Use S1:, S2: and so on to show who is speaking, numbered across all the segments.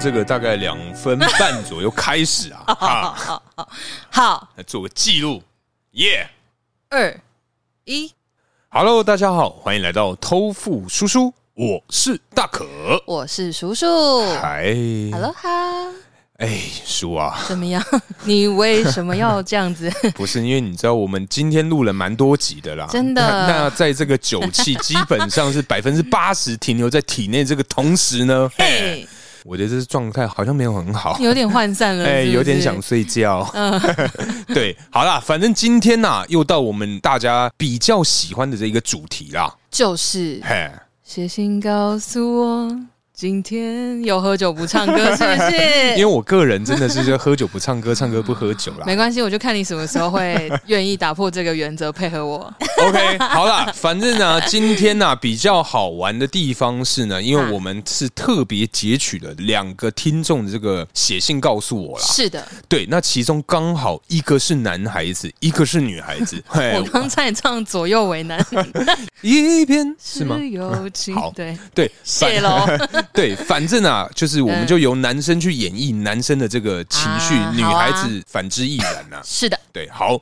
S1: 这个大概两分半左右开始 啊，
S2: 好
S1: 啊，
S2: 好好好，
S1: 来做个记录，耶、
S2: 二一，
S1: Hello，大家好，欢迎来到偷富叔叔，我是大可。
S2: 我是叔叔
S1: 嗨，
S2: ，Hello 哈，
S1: 哎，叔啊，
S2: 怎么样？你为什么要这样子？
S1: 不是因为你知道我们今天录了蛮多集的啦，
S2: 真的
S1: 那那在这个酒气基本上是 百分之八十停留在体内，这个同时呢，嘿，
S2: 嘿，
S1: 我的这状态好像没有很好。
S2: 有点涣散了，
S1: 哎、
S2: 嗯是不是嗯
S1: 有点想睡觉。 对，好啦，反正今天呐、又到我们大家比较喜欢的这一个主题啦。
S2: 就是
S1: 嘿，
S2: 写信告诉我，今天又喝酒不唱歌，是不是？
S1: 因为我个人真的是就喝酒不唱歌，唱歌不喝酒啦。
S2: 没关系，我就看你什么时候会愿意打破这个原则，配合我。
S1: OK，好啦，反正呢、今天呢、比较好玩的地方是呢，
S2: 啊
S1: 因为我们是特别截取了两个听众的这个写信告诉我啦。
S2: 是的，
S1: 对，那其中刚好一个是男孩子，一个是女孩 子。嘿
S2: 我刚才唱左右为难，
S1: 一边是吗？
S2: 友情
S1: 好
S2: 对，
S1: 对，反
S2: 谢喽。
S1: 对，反正啊，就是我们
S2: 嗯
S1: 就由男生去演绎男生的这个情绪，
S2: 啊
S1: 女
S2: 好啊
S1: 孩子反之亦然呐、啊。
S2: 是的，
S1: 对，好，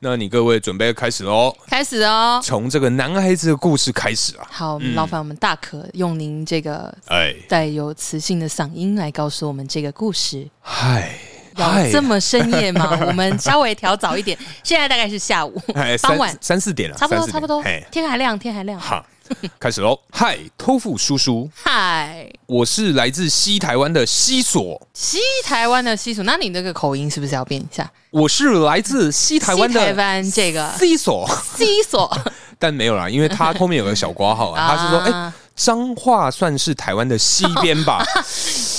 S1: 那你各位准备开始喽，
S2: 开始哦。
S1: 从这个男孩子的故事开始啊。
S2: 好，劳烦我们大可用您这个
S1: 哎，
S2: 带有磁性的嗓音来告诉我们这个故事。
S1: 嗨，
S2: 要
S1: 嗨
S2: 这么深夜 吗？我们稍微调早一点，现在大概是下午
S1: 哎，
S2: 傍
S1: 三
S2: 晚，
S1: 三四点了，
S2: 差不多
S1: 三四点
S2: 差不多
S1: 哎，，
S2: 天还亮，天还亮。
S1: 好，开始喽。 嗨，偷富叔叔，
S2: 嗨，
S1: 我是来自西台湾的西索，
S2: 西台湾的西蜀，那你那个口音是不是要变一下？
S1: 我是来自西台湾的
S2: 西台湾这个
S1: 西索，
S2: 西索
S1: 但没有啦，因为他后面有个小括号啊，他是说，哎、
S2: 啊
S1: 彰化算是台湾的西边吧？
S2: 哦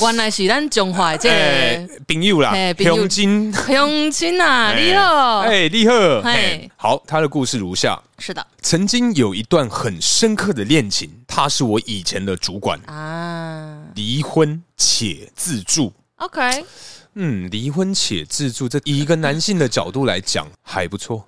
S2: 原来是咱中华的
S1: 哎
S2: 这
S1: 朋友啦
S2: 哎，朋友
S1: 平津，
S2: 个永清啊，你好，
S1: 哎，厉害！
S2: 嘿
S1: 哎，好，他的故事如下：
S2: 是的
S1: 曾经有一段很深刻的恋情，他是我以前的主管，
S2: 啊
S1: 离婚且自助。
S2: ，OK，
S1: 嗯，离婚且自助，这以一个男性的角度来讲，还不错，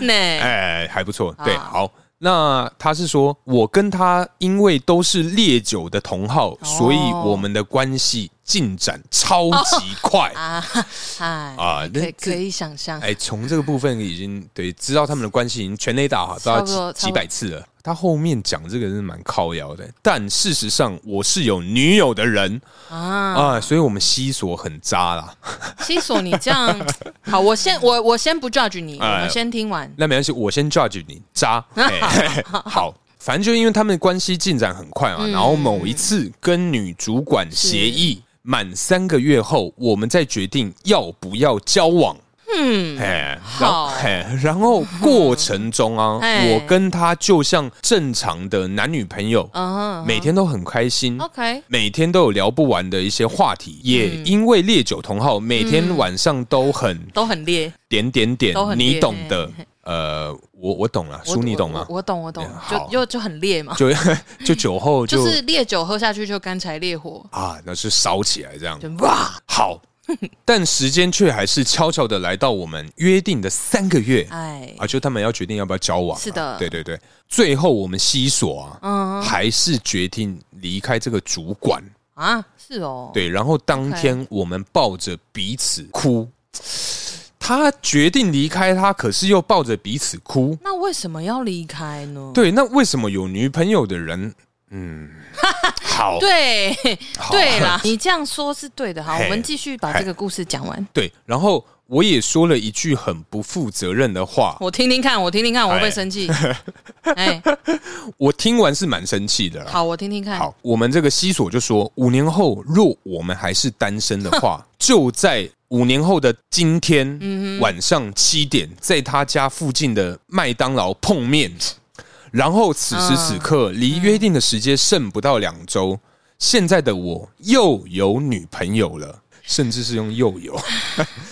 S2: 那
S1: 哎，还不错，
S2: 啊
S1: 对，好。那他是说，我跟他因为都是烈酒的同
S2: 哦
S1: 好，所以我们的关系进展超级快。
S2: 啊嗨
S1: 啊那
S2: 可
S1: 这
S2: 可以想象，
S1: 哎，从这个部分已经对知道他们的关系已经全垒打哈，知道
S2: 差不多
S1: 几几
S2: 差不多
S1: 百次了。他后面讲这个是蛮靠腰的，但事实上我是有女友的人
S2: 啊，
S1: 啊、所以我们西索很渣啦。
S2: 西索，你这 样好，我先我我先不 judge 你，我
S1: 哎
S2: 们先听完。
S1: 那没关系，我先 judge 你 渣。哎好，反正就因为他们的关系进展很快
S2: 嗯
S1: 啊，然后某一次跟女主管协议满三个月后，我们再决定要不要交往。
S2: 嗯，
S1: 哎，然后
S2: 好
S1: 嘿，然后过程中啊，
S2: 哎
S1: 我跟他就像正常的男女朋友，
S2: 嗯哦
S1: 每天都很开心。
S2: ，OK，
S1: 每天都有聊不完的一些话题，也
S2: 嗯
S1: 因为烈酒同好，每天晚上都很
S2: 都很烈，
S1: 点点点
S2: 都，很烈
S1: 你懂的。 呃，我我懂了，
S2: 我
S1: 叔你懂吗
S2: 我？我懂，我懂
S1: 嗯，好
S2: 就就就很烈嘛，
S1: 就 就酒后就、
S2: 就是烈酒喝下去就干柴烈火，
S1: 啊，那是烧起来这样
S2: 就。哇
S1: 好，但时间却还是悄悄的来到我们约定的三个月
S2: 哎，
S1: 啊，就他们要决定要不要交往啊。
S2: 是的
S1: 对对对。最后我们西索啊，
S2: 嗯
S1: 还是决定离开这个主管。
S2: 啊，是哦，
S1: 对，然后当天我们抱着彼此哭。他决定离开他，可是又抱着彼此哭。
S2: 那为什么要离开呢？
S1: 对，那为什么有女朋友的人， 嗯，好，
S2: 对
S1: 好
S2: 对啦，你这样说是对的。好，
S1: 嘿
S2: 我们继续把这个故事讲完。
S1: 对，然后我也说了一句很不负责任的话，
S2: 我听听看，我听听看，我会不会
S1: 哎
S2: 生 气？哎，
S1: 我听完是蛮生气的啦。
S2: 好，我听听看。
S1: 好，我们这个西索就说，五年后若我们还是单身的话，就在五年后的今天、晚上七点，在他家附近的麦当劳碰面。然后此时此刻，离约定的时间剩不到两周，现在的我又有女朋友了，甚至是用又有。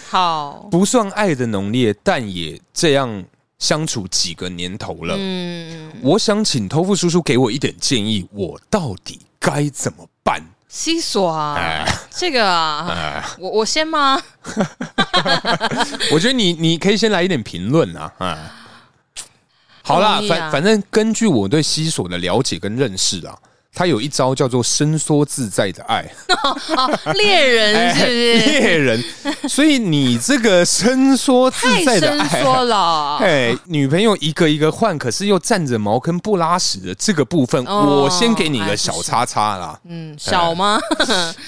S2: 好，
S1: 不算爱的浓烈，但也这样相处几个年头了。
S2: 嗯，
S1: 我想请托付叔叔给我一点建议，我到底该怎么办？
S2: 西索
S1: 哎
S2: 啊，这个啊，我我先吗？
S1: 我觉得你你可以先来一点评论啊，啊。好啦，
S2: 同意啊
S1: 反反正根据我对西索的了解跟认识啊，他有一招叫做伸缩自在的爱，
S2: 哦，猎
S1: 哎
S2: 人是不 是？
S1: 猎人。所以你这个伸缩自
S2: 太
S1: 在的
S2: 伸
S1: 爱
S2: 缩
S1: 啊，
S2: 了哦，
S1: 哎，女朋友一个一个换，可是又占着茅坑不拉屎的这个部分，
S2: 哦
S1: 我先给你
S2: 哎
S1: 个
S2: 不
S1: 小
S2: 是
S1: 叉叉 啦。
S2: 嗯，少吗？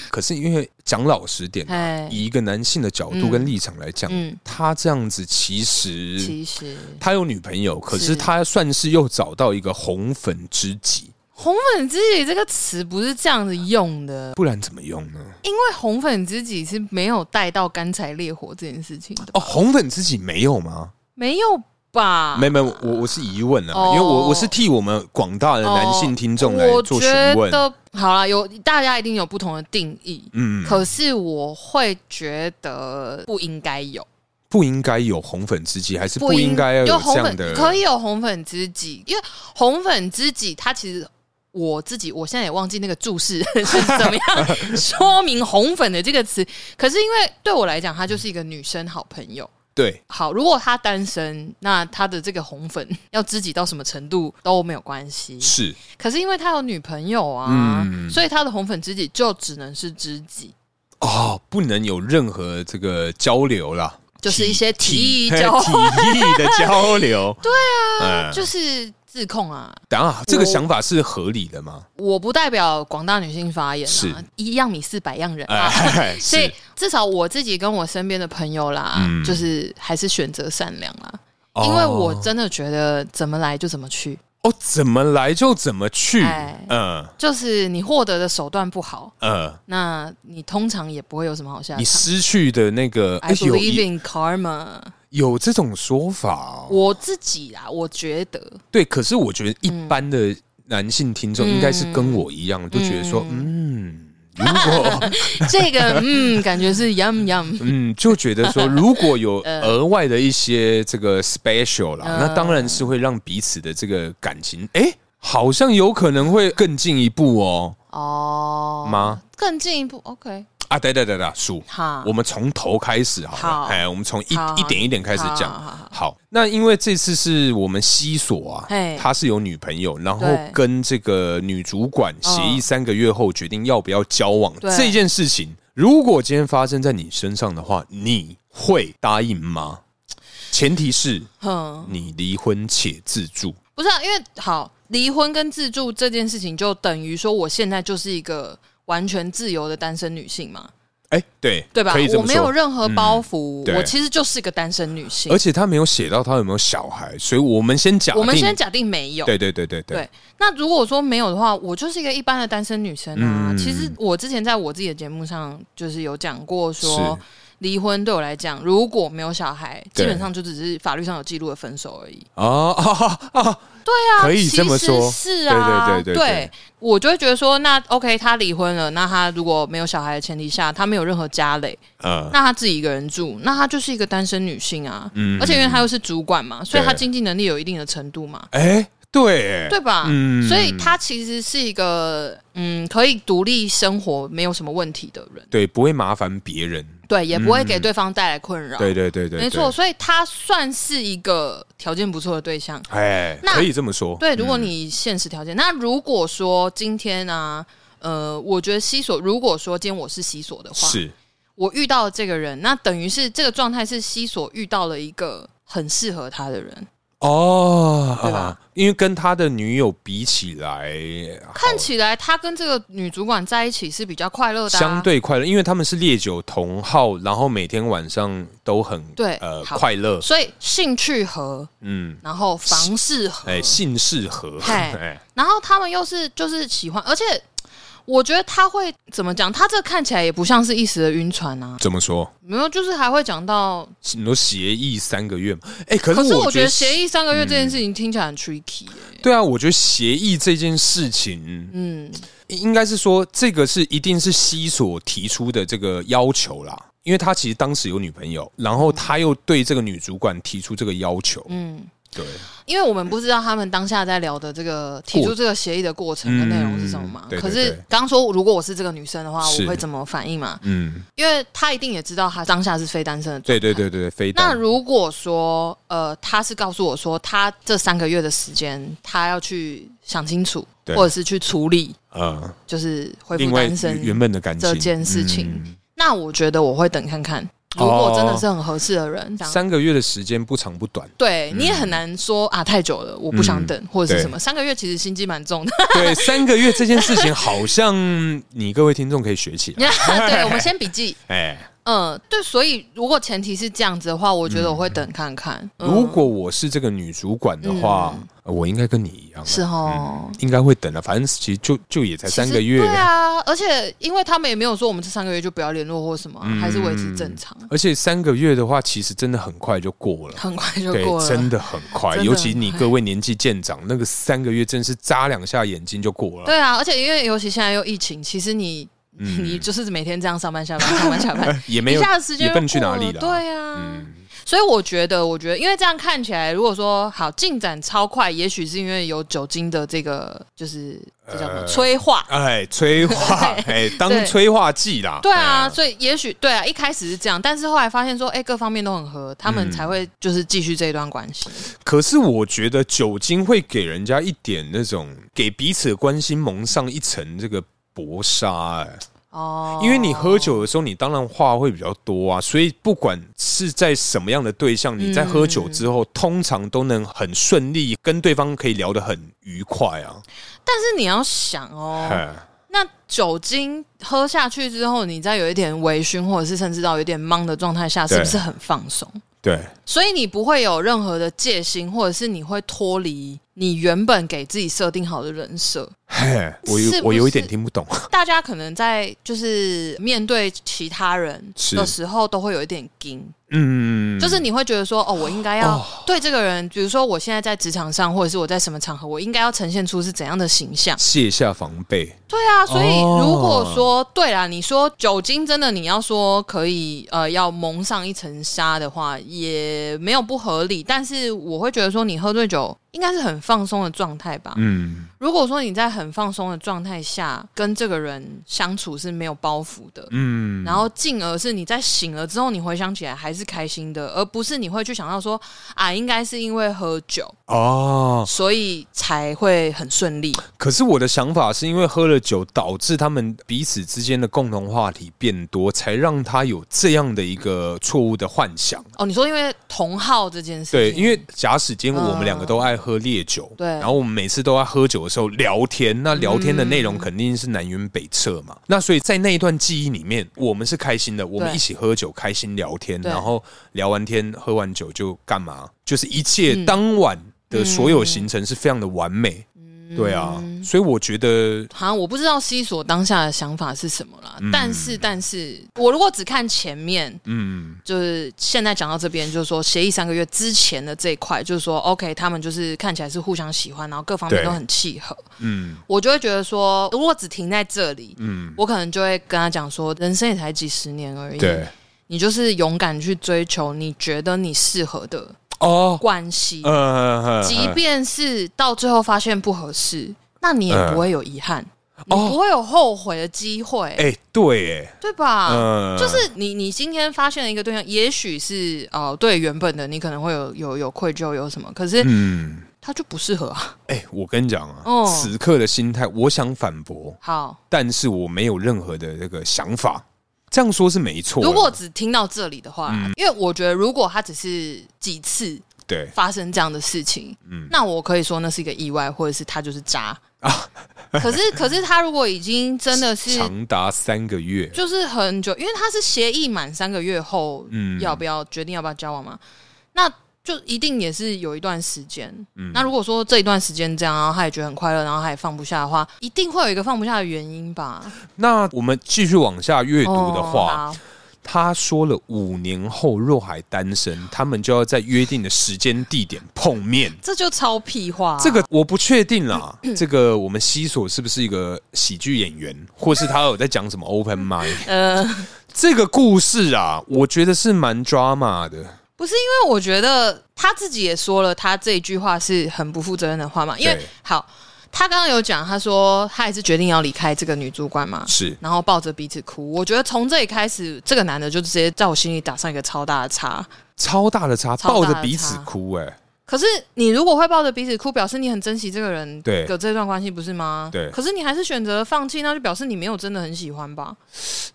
S1: 可是因为讲老实点啊，
S2: 哎，
S1: 以一个男性的角度跟立场来讲，
S2: 嗯，
S1: 他这样子其实
S2: 其实
S1: 他有女朋友，可
S2: 是
S1: 是他算是又找到一个红粉知己，
S2: 红粉知己这个词不是这样子用的，
S1: 不然怎么用呢？
S2: 因为红粉知己是没有带到干柴烈火这件事情的，
S1: 哦，红粉知己没有吗？
S2: 没有吧？
S1: 没没，我我是疑问啊，
S2: 啊哦
S1: 因为我我是替我们广大的男性听众来
S2: 我
S1: 做
S2: 觉
S1: 询问。
S2: 得好啦，有大家一定有不同的定义，
S1: 嗯，
S2: 可是我会觉得不应该有，
S1: 不应该有红粉知己，还是不应该要
S2: 有
S1: 有
S2: 红
S1: 这样
S2: 粉
S1: 的？
S2: 可以有红粉知己，因为红粉知己它其实。我自己我现在也忘记那个注释 是怎么样说明“红粉”的这个词，可是因为对我来讲，她就是一个女生好朋友。
S1: 对，
S2: 好，如果她单身，那她的这个红粉要知己到什么程度都没有关系。
S1: 是
S2: 可是因为她有女朋友啊，
S1: 嗯
S2: 所以她的红粉知己就只能是知己，
S1: 哦，不能有任何这个交流啦，
S2: 就是一些
S1: 体
S2: 提议
S1: 体
S2: 交
S1: 体议的交流。对啊，
S2: 就是自控啊。
S1: 等下这个想法是合理的吗？
S2: 我不代表广大女性发言
S1: 是
S2: 啊，一样米四百样人啊。
S1: 哎，
S2: 所以
S1: 是
S2: 至少我自己跟我身边的朋友啦，
S1: 嗯
S2: 就是还是选择善良啦，
S1: 哦
S2: 因为我真的觉得怎么来就怎么去，
S1: 哦，怎么来就怎么去
S2: 哎，
S1: 嗯
S2: 就是你获得的手段不好，
S1: 嗯，
S2: 那你通常也不会有什么好下
S1: 你
S2: 场。
S1: 失去的那个，哎
S2: I
S1: 有
S2: believe
S1: 一
S2: in karma。
S1: 有这种说法哦，
S2: 我自己啊，我觉得
S1: 对，可是我觉得一般的男性听众
S2: 嗯
S1: 应该是跟我一样，都觉得说，嗯，如果
S2: 这 个嗯，感觉是 yum yum。
S1: 嗯，就觉得说，如果有
S2: 呃
S1: 额外的一些这个 special 啦，
S2: 呃
S1: 那当然是会让彼此的这个感情，哎，好像有可能会更进一步哦。
S2: 哦
S1: 吗？
S2: 更进一步，OK，
S1: 啊，对对对对，叔，
S2: 好，
S1: 我们从头开始好
S2: 好
S1: 了，哎，我们从一
S2: 好
S1: 一点一点开始
S2: 好
S1: 讲。
S2: 好好
S1: 好，那因为这次是我们西索啊
S2: 嘿，
S1: 他是有女朋友，然后
S2: 对嗯
S1: 跟这个女主管协议三个月后决定要不要交往
S2: 对
S1: 这件事情，如果今天发生在你身上的话，你会答应吗？前提是
S2: 哼，
S1: 你离婚且自住。
S2: 不是啊，因为好离婚跟自住这件事情，就等于说我现在就是一个完全自由的单身女性嘛，
S1: 哎、对
S2: 对吧
S1: 可以？这
S2: 我
S1: 么
S2: 没有
S1: 说。嗯
S2: 任何包袱，
S1: 对
S2: 我其实就是一个单身女性
S1: 而。且他没有写到他有没有小孩，所以我们先假定。
S2: 我们先假定没有。
S1: 对对对对对。
S2: 对那如果说没有的话，我就是一个一般的单身女生啊。
S1: 嗯
S2: 其实我之前在我自己的节目上，就是有讲过说
S1: 是，
S2: 离婚对我来讲，如果没有小孩，基
S1: 对
S2: 本上就只是法律上有记录的分手而已。
S1: 哦哦哦，
S2: 对啊，
S1: 可以
S2: 其
S1: 这么
S2: 实
S1: 说
S2: 是啊，
S1: 对对对对对
S2: 我就会觉得说，那 OK，他离婚了，那他如果没有小孩的前提下，他没有任何家累，
S1: 呃，
S2: 那他自己一个人住，那他就是一个单身女性啊，
S1: 嗯
S2: 而且因为他又是主管嘛，所以
S1: 对
S2: 他经济能力有一定的程度嘛，
S1: 哎，对，
S2: 对吧？
S1: 嗯
S2: 所以他其实是一个嗯，可以独立生活没有什么问题的人，
S1: 对，不会麻烦别人。
S2: 对，也不会给对方带来困扰，
S1: 嗯对对对对，
S2: 没错，
S1: 对。
S2: 所以他算是一个条件不错的对象。
S1: 哎，
S2: 那
S1: 可以这么说。
S2: 对，如果你现实条件，那如果说今天啊，呃，我觉得西索，如果说今天我是西索的话，
S1: 嗯是
S2: 我遇到这个人，那等于是这个状态是西索遇到了一个很适合他的人，
S1: 哦，
S2: 对吧
S1: 啊？因为跟他的女友比起来，
S2: 看
S1: 好
S2: 起来他跟这个女主管在一起是比较快乐的、啊，
S1: 相对快乐，因为他们是烈酒同好，然后每天晚上都很
S2: 对
S1: 呃
S2: 好
S1: 快乐，
S2: 所以兴趣合，
S1: 嗯，
S2: 然后房事合，
S1: 哎，性适合，
S2: 嘿
S1: 哎，
S2: 然后他们又是就是喜欢，而且我觉得他会怎么讲？他这看起来也不像是一时的晕船啊，
S1: 怎么说？
S2: 没有，就是还会讲到
S1: 你说协议三个月嘛？哎，可
S2: 可
S1: 是
S2: 是
S1: 我
S2: 我觉
S1: 觉
S2: 得
S1: 得
S2: 协议三个月这件事情听起来很 tricky 耶、
S1: 对啊，我觉得协议这件事情，
S2: 嗯，
S1: 应该是说，这个是一定是西所提出的这个要求啦，因为他其实当时有女朋友，然后他又对这个女主管提出这个要求，
S2: 嗯
S1: 对，
S2: 因为我们不知道他们当下在聊的这个提出这个协议的过程跟内容是什么嘛
S1: 嗯。对对
S2: 可是
S1: 对
S2: 刚说，如果我是这个女生的话，
S1: 是
S2: 我会怎么反应嘛？
S1: 嗯，
S2: 因为她一定也知道她当下是非单身的状态
S1: 对对对对，飞
S2: 那
S1: 弹，
S2: 如果说，呃，他是告诉我说，他这三个月的时间，他要去想清楚，
S1: 对
S2: 或者是去处理，
S1: 呃，
S2: 就是恢
S1: 另
S2: 复
S1: 外
S2: 单身
S1: 原本的感情
S2: 这件事情
S1: 嗯
S2: 那我觉得我会等看看，如果真的是很合适的人，这样，
S1: 三个月的时间不长不短
S2: 对你也很难说啊，太久了，我不想
S1: 嗯
S2: 等，或者是什么。三个月其实心机蛮重的，
S1: 对，三个月这件事情好像你各位听众可以学起 来，
S2: 对，我们先笔记。
S1: 哎，
S2: 嗯，对，所以如果前提是这样子的话，我觉得我会等看看。嗯
S1: 如果我是这个女主管的话，呃我应该跟你一样啊，
S2: 是哦。
S1: 应该会等了，啊反正其实就就也才
S2: 其
S1: 三
S2: 实
S1: 个月
S2: 对，啊，而且因为他们也没有说我们这三个月就不要联络或什么啊，
S1: 嗯
S2: 还是维持正常，
S1: 而且三个月的话，其实真的很快就过了。
S2: 很快就
S1: 对
S2: 过，了。
S1: 真的很快，
S2: 真的
S1: 尤其
S2: 很
S1: 你
S2: 快
S1: 各位年纪渐长，那个三个月真是眨两下眼睛就过了。
S2: 对啊，而且因为尤其现在又疫情，其实你、
S1: 嗯
S2: 你就是每天这样上班下班上班下班，
S1: 也没
S2: 一
S1: 有
S2: 下子时间
S1: 也
S2: 又
S1: 不能去
S2: 过
S1: 哪里
S2: 了
S1: 了。
S2: 对啊。
S1: 嗯
S2: 所以我觉得，我觉得，因为这样看起来，如果说好进展超快，也许是因为有酒精的这个，就是这叫什么
S1: 呃
S2: 催化，
S1: 哎，催 化，哎，当
S2: 对
S1: 催化剂啦。
S2: 对
S1: 哎
S2: 啊，
S1: 呀，
S2: 所以也许对啊，一开始是这样，但是后来发现说，哎、各方面都很合，他们
S1: 嗯
S2: 才会就是继续这一段关系。
S1: 可是我觉得酒精会给人家一点那种给彼此的关心蒙上一层这个薄纱，哎，
S2: 哦，
S1: 因为你喝酒的时候，你当然话会比较多啊，所以不管是在什么样的对象，你在喝酒之后，通常都能很顺利跟对方可以聊得很愉快啊。
S2: 但是你要想哦，
S1: 哎
S2: 那酒精喝下去之后，你再有一点微醺，或者是甚至到有点懵的状态下，
S1: 对
S2: 是不是很放松？
S1: 对，
S2: 所以你不会有任何的戒心，或者是你会脱离你原本给自己设定好的人设。
S1: 嘿，我
S2: 是
S1: 有
S2: 不
S1: 我有一
S2: 是
S1: 点听不懂，
S2: 大家可能在就是面对其他人
S1: 是
S2: 的时候，都会有一点惊，
S1: 嗯，
S2: 就是你会觉得说，哦，我应该要
S1: 哦
S2: 对这个人，比如说我现在在职场上，或者是我在什么场合，我应该要呈现出是怎样的形象。
S1: 卸下防备，
S2: 对啊，所以
S1: 哦
S2: 如果说、对啦，你说酒精真的你要说可以呃要蒙上一层纱的话，也没有不合理，但是我会觉得说你喝醉酒应该是很放松的状态吧。
S1: 嗯，
S2: 如果说你在很放松的状态下跟这个人相处是没有包袱的。
S1: 嗯，
S2: 然后，进而是你在醒了之后，你回想起来还是开心的，而不是你会去想到说啊，应该是因为喝酒，
S1: 哦，
S2: 所以才会很顺利。
S1: 可是我的想法是因为喝了酒，导致他们彼此之间的共同话题变多，才让他有这样的一个错误的幻想。
S2: 哦，你说因为同号这件事情，
S1: 对，因为假使今天
S2: 嗯
S1: 我们两个都爱喝烈酒，
S2: 对
S1: 然后我们每次都在喝酒的时候聊天，那聊天的内
S2: 嗯
S1: 容肯定是南辕北辙嘛。那所以在那一段记忆里面，我们是开心的，我们
S2: 对
S1: 一起喝酒，开心聊天，
S2: 对
S1: 然后聊完天，喝完酒就干嘛？就是一
S2: 嗯
S1: 切当晚的所有行程是非常的完美。
S2: 嗯
S1: 对啊，所以我觉得
S2: 好像我不知道西索当下的想法是什么啦，但是但是我如果只看前面，
S1: 嗯，
S2: 就是现在讲到这边，就是说协议三个月之前的这一块，就是说 OK，他们就是看起来是互相喜欢，然后各方面
S1: 对
S2: 都很契合，
S1: 嗯
S2: 我就会觉得说，如果只停在这里，
S1: 嗯，
S2: 我可能就会跟他讲说，人生也才几十年而已，
S1: 对，
S2: 你就是勇敢去追求你觉得你适合的
S1: 哦，
S2: 关系，
S1: 呃，
S2: 即便是到最后发现不合适，那你也不会有遗憾，你
S1: 嗯哦
S2: 不会有后悔的机会，
S1: 哎，对，哎，
S2: 对吧？
S1: 嗯
S2: 啊就是你，你今天发现了一个对象，也许是哦、呃对原本的你可能会有有有愧疚，有什么，可是
S1: 嗯，
S2: 他就不适合啊。
S1: 哎、我跟你讲啊，
S2: 哦
S1: 此刻的心态，我想反驳，
S2: 好，
S1: 但是我没有任何的这个想法。这样说是没错啦。
S2: 如果只听到这里的话，
S1: 嗯
S2: 因为我觉得如果他只是几次
S1: 对
S2: 发生这样的事情，
S1: 嗯
S2: 那我可以说那是一个意外，或者是他就是渣啊。可是，可是他如果已经真的是
S1: 长达三个月，
S2: 就是很久，因为他是协议满三个月后，
S1: 嗯
S2: 要不要决定要不要交往嘛？那就一定也是有一段时间。
S1: 嗯
S2: 那如果说这一段时间这样，然后他也觉得很快乐，然后他也放不下的话，一定会有一个放不下的原因吧？
S1: 那我们继续往下阅读的话，
S2: 哦好
S1: 他说了五年后若还单身，他们就要在约定的时间地点碰面。
S2: 这就超屁话、
S1: 这个我不确定啦，
S2: 嗯
S1: 这个我们西索是不是一个喜剧演员，或是他有在讲什 么 open mind？
S2: 呃，
S1: 这个故事啊，我觉得是蛮 drama 的。
S2: 不是因为我觉得他自己也说了，他这一句话是很不负责任的话嘛。因为
S1: 对
S2: 好，他刚刚有讲，他说他也是决定要离开这个女主管嘛，
S1: 是
S2: 然后抱着彼此哭。我觉得从这里开始，这个男的就直接在我心里打上一个超大的叉。
S1: 超大的差，
S2: 超大
S1: 抱
S2: 的
S1: 着彼此
S2: 差
S1: 哭、哎，
S2: 可是你如果会抱着彼此哭，表示你很珍惜这个人，
S1: 对
S2: 有这段关系不是吗？
S1: 对
S2: 可是你还是选择了放弃，那就表示你没有真的很喜欢吧？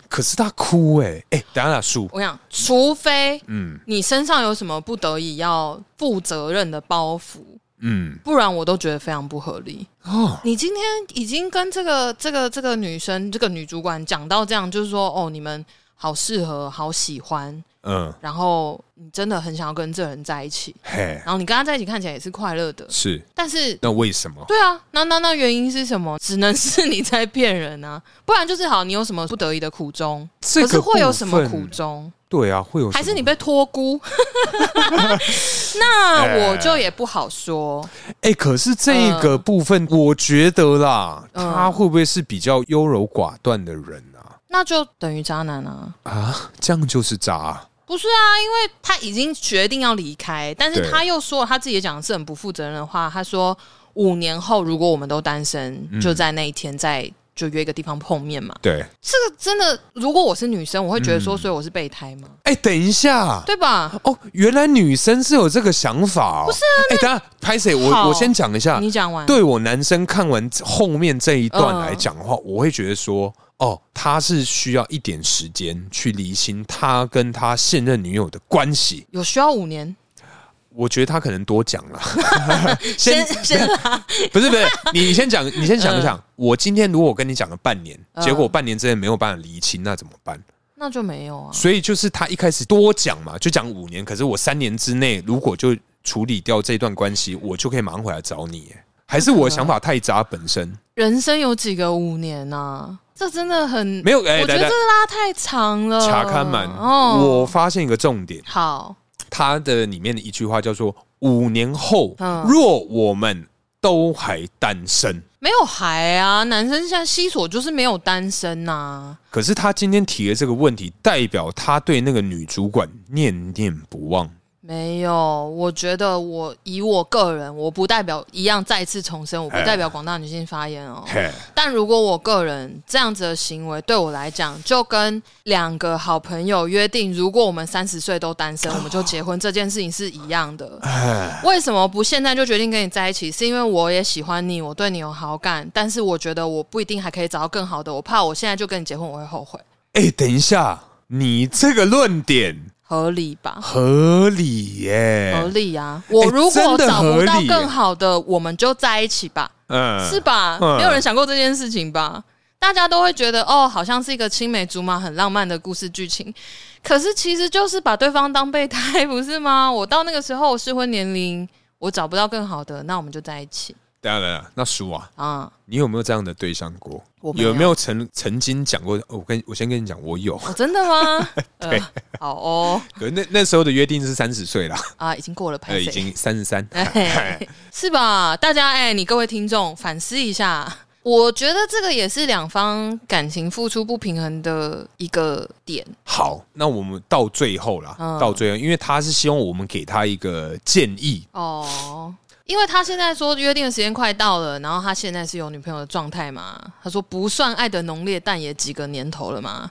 S1: 可是他哭、哎，哎，等一下啦，树，
S2: 我想，除非
S1: 嗯
S2: 你身上有什么不得已要负责任的包袱，
S1: 嗯，
S2: 不然我都觉得非常不合理。
S1: 哦，
S2: 你今天已经跟这个这个这个女生这个女主管讲到这样，就是说哦，你们好适合，好喜欢，
S1: 嗯，
S2: 然后你真的很想要跟这个人在一起，
S1: 嘿，
S2: 然后你跟他在一起看起来也是快乐的，
S1: 是，
S2: 但是。
S1: 那为什么？
S2: 对啊，那那那原因是什么？只能是你在骗人啊，不然就是好，你有什么不得已的苦衷？
S1: 这个
S2: 可是会有什么
S1: 部分
S2: 苦？衷？
S1: 对啊，会有什么
S2: 还是你被托孤？ 那我就也不好说。
S1: 哎、可是这一个部分，我觉得啦，
S2: 嗯
S1: 他会不会是比较优柔寡断的人啊？
S2: 那就等于渣男啊。
S1: 啊，这样就是渣、
S2: 不是啊，因为他已经决定要离开，但是
S1: 对
S2: 他又说他自己也讲的是很不负责任的话。他说五年后如果我们都单身，
S1: 嗯
S2: 就在那一天再就约一个地方碰面嘛。
S1: 对，
S2: 这个真的，如果我是女生，我会觉得说，
S1: 嗯
S2: 所以我是备胎吗？
S1: 哎、等一下，
S2: 对吧？
S1: 哦，原来女生是有这个想法、哦，不是、啊？哎、等一下，拍谁？我
S2: 好
S1: 我先讲一下，
S2: 你讲完，
S1: 对我男生看完后面这一段
S2: 嗯
S1: 来讲的话，我会觉得说，哦，他是需要一点时间去厘清他跟他现任女友的关系。
S2: 有需要五年，
S1: 我觉得他可能多讲 了，
S2: 先先 来，
S1: 不是不是，你你先讲， 你先想一想，我今天如果跟你讲了半年，
S2: 嗯
S1: 结果半年之内没有办法厘清，那怎么办？
S2: 那就没有啊。
S1: 所以就是他一开始多讲嘛，就讲五年，可是我三年之内如果就处理掉这段关系，我就可以马上回来找你耶。还是
S2: 嗯
S1: 我的想法太渣，本身
S2: 人生有几个五年啊？这真的很
S1: 没有哎
S2: 我觉
S1: 来
S2: 得
S1: 来
S2: 这拉太长了。
S1: 查看满。
S2: 哦，
S1: 我发现一个重点，
S2: 好，
S1: 他的里面的一句话叫做“五年后
S2: 嗯，
S1: 若我们都还单身”，
S2: 没有还啊，男生现在西索就是没有单身呐、
S1: 可是他今天提的这个问题，代表他对那个女主管念念不忘。
S2: 哦没有，我觉得我以我个人，我不代表一样再次重申，我不
S1: 哎
S2: 代表广大女性发言哦。
S1: 嘿，
S2: 但如果我个人这样子的行为对我来讲，就跟两个好朋友约定，如果我们三十岁都单身，我们就结婚这件事情是一样的。为什么不现在就决定跟你在一起？是因为我也喜欢你，我对你有好感，但是我觉得我不一定还可以找到更好的，我怕我现在就跟你结婚，我会后悔，
S1: 哎、等一下，你这个论点
S2: 合理吧？
S1: 合理耶、
S2: 合理啊！我如
S1: 哎真
S2: 果
S1: 的
S2: 找
S1: 合
S2: 不
S1: 理
S2: 到
S1: 耶
S2: 更好的，我们就在一起吧，
S1: 嗯
S2: 是吧？
S1: 嗯
S2: 没有人想过这件事情吧？大家都会觉得哦，好像是一个青梅竹马很浪漫的故事剧情，可是其实就是把对方当备胎，不是吗？ 我到那个时候我适婚年龄，我找不到更好的，那我们就在一起
S1: 等一下，等一下，那叔啊，
S2: 啊！
S1: 你有没有这样的对象过？
S2: 我没有
S1: 有没有曾曾经讲过？哦我跟我先跟你讲，我 有。
S2: 哦，真 的吗？呃，好哦，
S1: 可是那那时候的约定是三十岁啦，
S2: 啊，已经过了，
S1: 呃，
S2: 拍
S1: 已
S2: 谁？
S1: 经三十三。
S2: 哎， 是吧？大家哎、你各位听众反思一下，我觉得这个也是两方感情付出不平衡的一个点。
S1: 好，那我们到最后啦，
S2: 嗯
S1: 到最后，因为他是希望我们给他一个建议。
S2: 哦，因为他现在说约定的时间快到了，然后他现在是有女朋友的状态嘛？他说不算爱的浓烈，但也几个年头了嘛。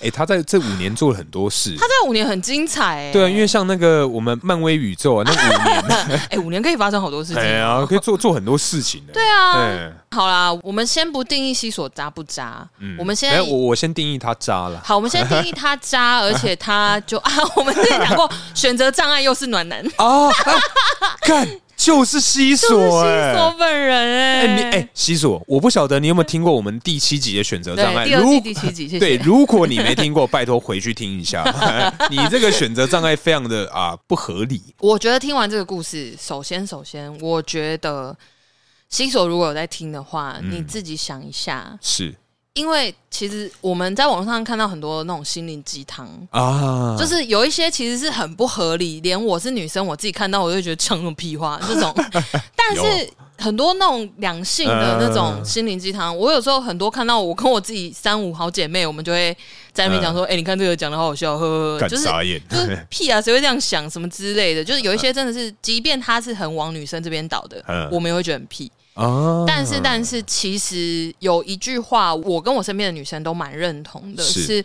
S1: 哎、他在这五年做了很多事。
S2: 他这五年很精彩、哎
S1: 对啊，因为像那个我们漫威宇宙啊，那五 年
S2: 哎、五年可以发生好多事情。
S1: 哎呀，可以做做很多事情的。
S2: 对啊，
S1: 对，
S2: 好啦，我们先不定义西索渣不渣，我们现
S1: 哎
S2: 在
S1: 我我先定义他渣 了。
S2: 好，我们先定义他渣，而且他就 啊，我们之前讲过，选择障碍又是暖 男，
S1: 哦，看就是西
S2: 就是
S1: 索
S2: 西索
S1: 哎。
S2: 本人哎、
S1: 哎，你哎，西索，我不晓得你有没有听过我们第七集的选择障
S2: 对，
S1: 碍。
S2: 第二季
S1: 如
S2: 第七集，谢
S1: 对，
S2: 谢。
S1: 如果你没听过，拜托回去听一下。 你这个选择障碍非常的啊不合理。
S2: 我觉得听完这个故事，首先首先，我
S1: 嗯
S2: 觉得西索如果有在听的话，你自己想一下，
S1: 是
S2: 因为其实我们在网络上看到很多那种心灵鸡汤，
S1: 啊，
S2: 就是有一些其实是很不合理，连我是女生，我自己看到我就觉得讲什么屁 话这种。但是很多那种两性的那种
S1: 嗯
S2: 心灵鸡汤，我有时候很多看到我跟我自己三五好姐妹，我们就会在那边讲说：“哎、你看这个讲的好好笑，呵呵呵。”
S1: 嗯干
S2: 就是
S1: 傻眼，
S2: 就是屁啊，谁会这样想什么之类的？就是有一些真的是，即便他是很往女生这边倒的
S1: 嗯，
S2: 我们也会觉得很屁。
S1: 啊，
S2: 但是，但是，其实有一句话，我跟我身边的女生都蛮认同的，
S1: 是
S2: 是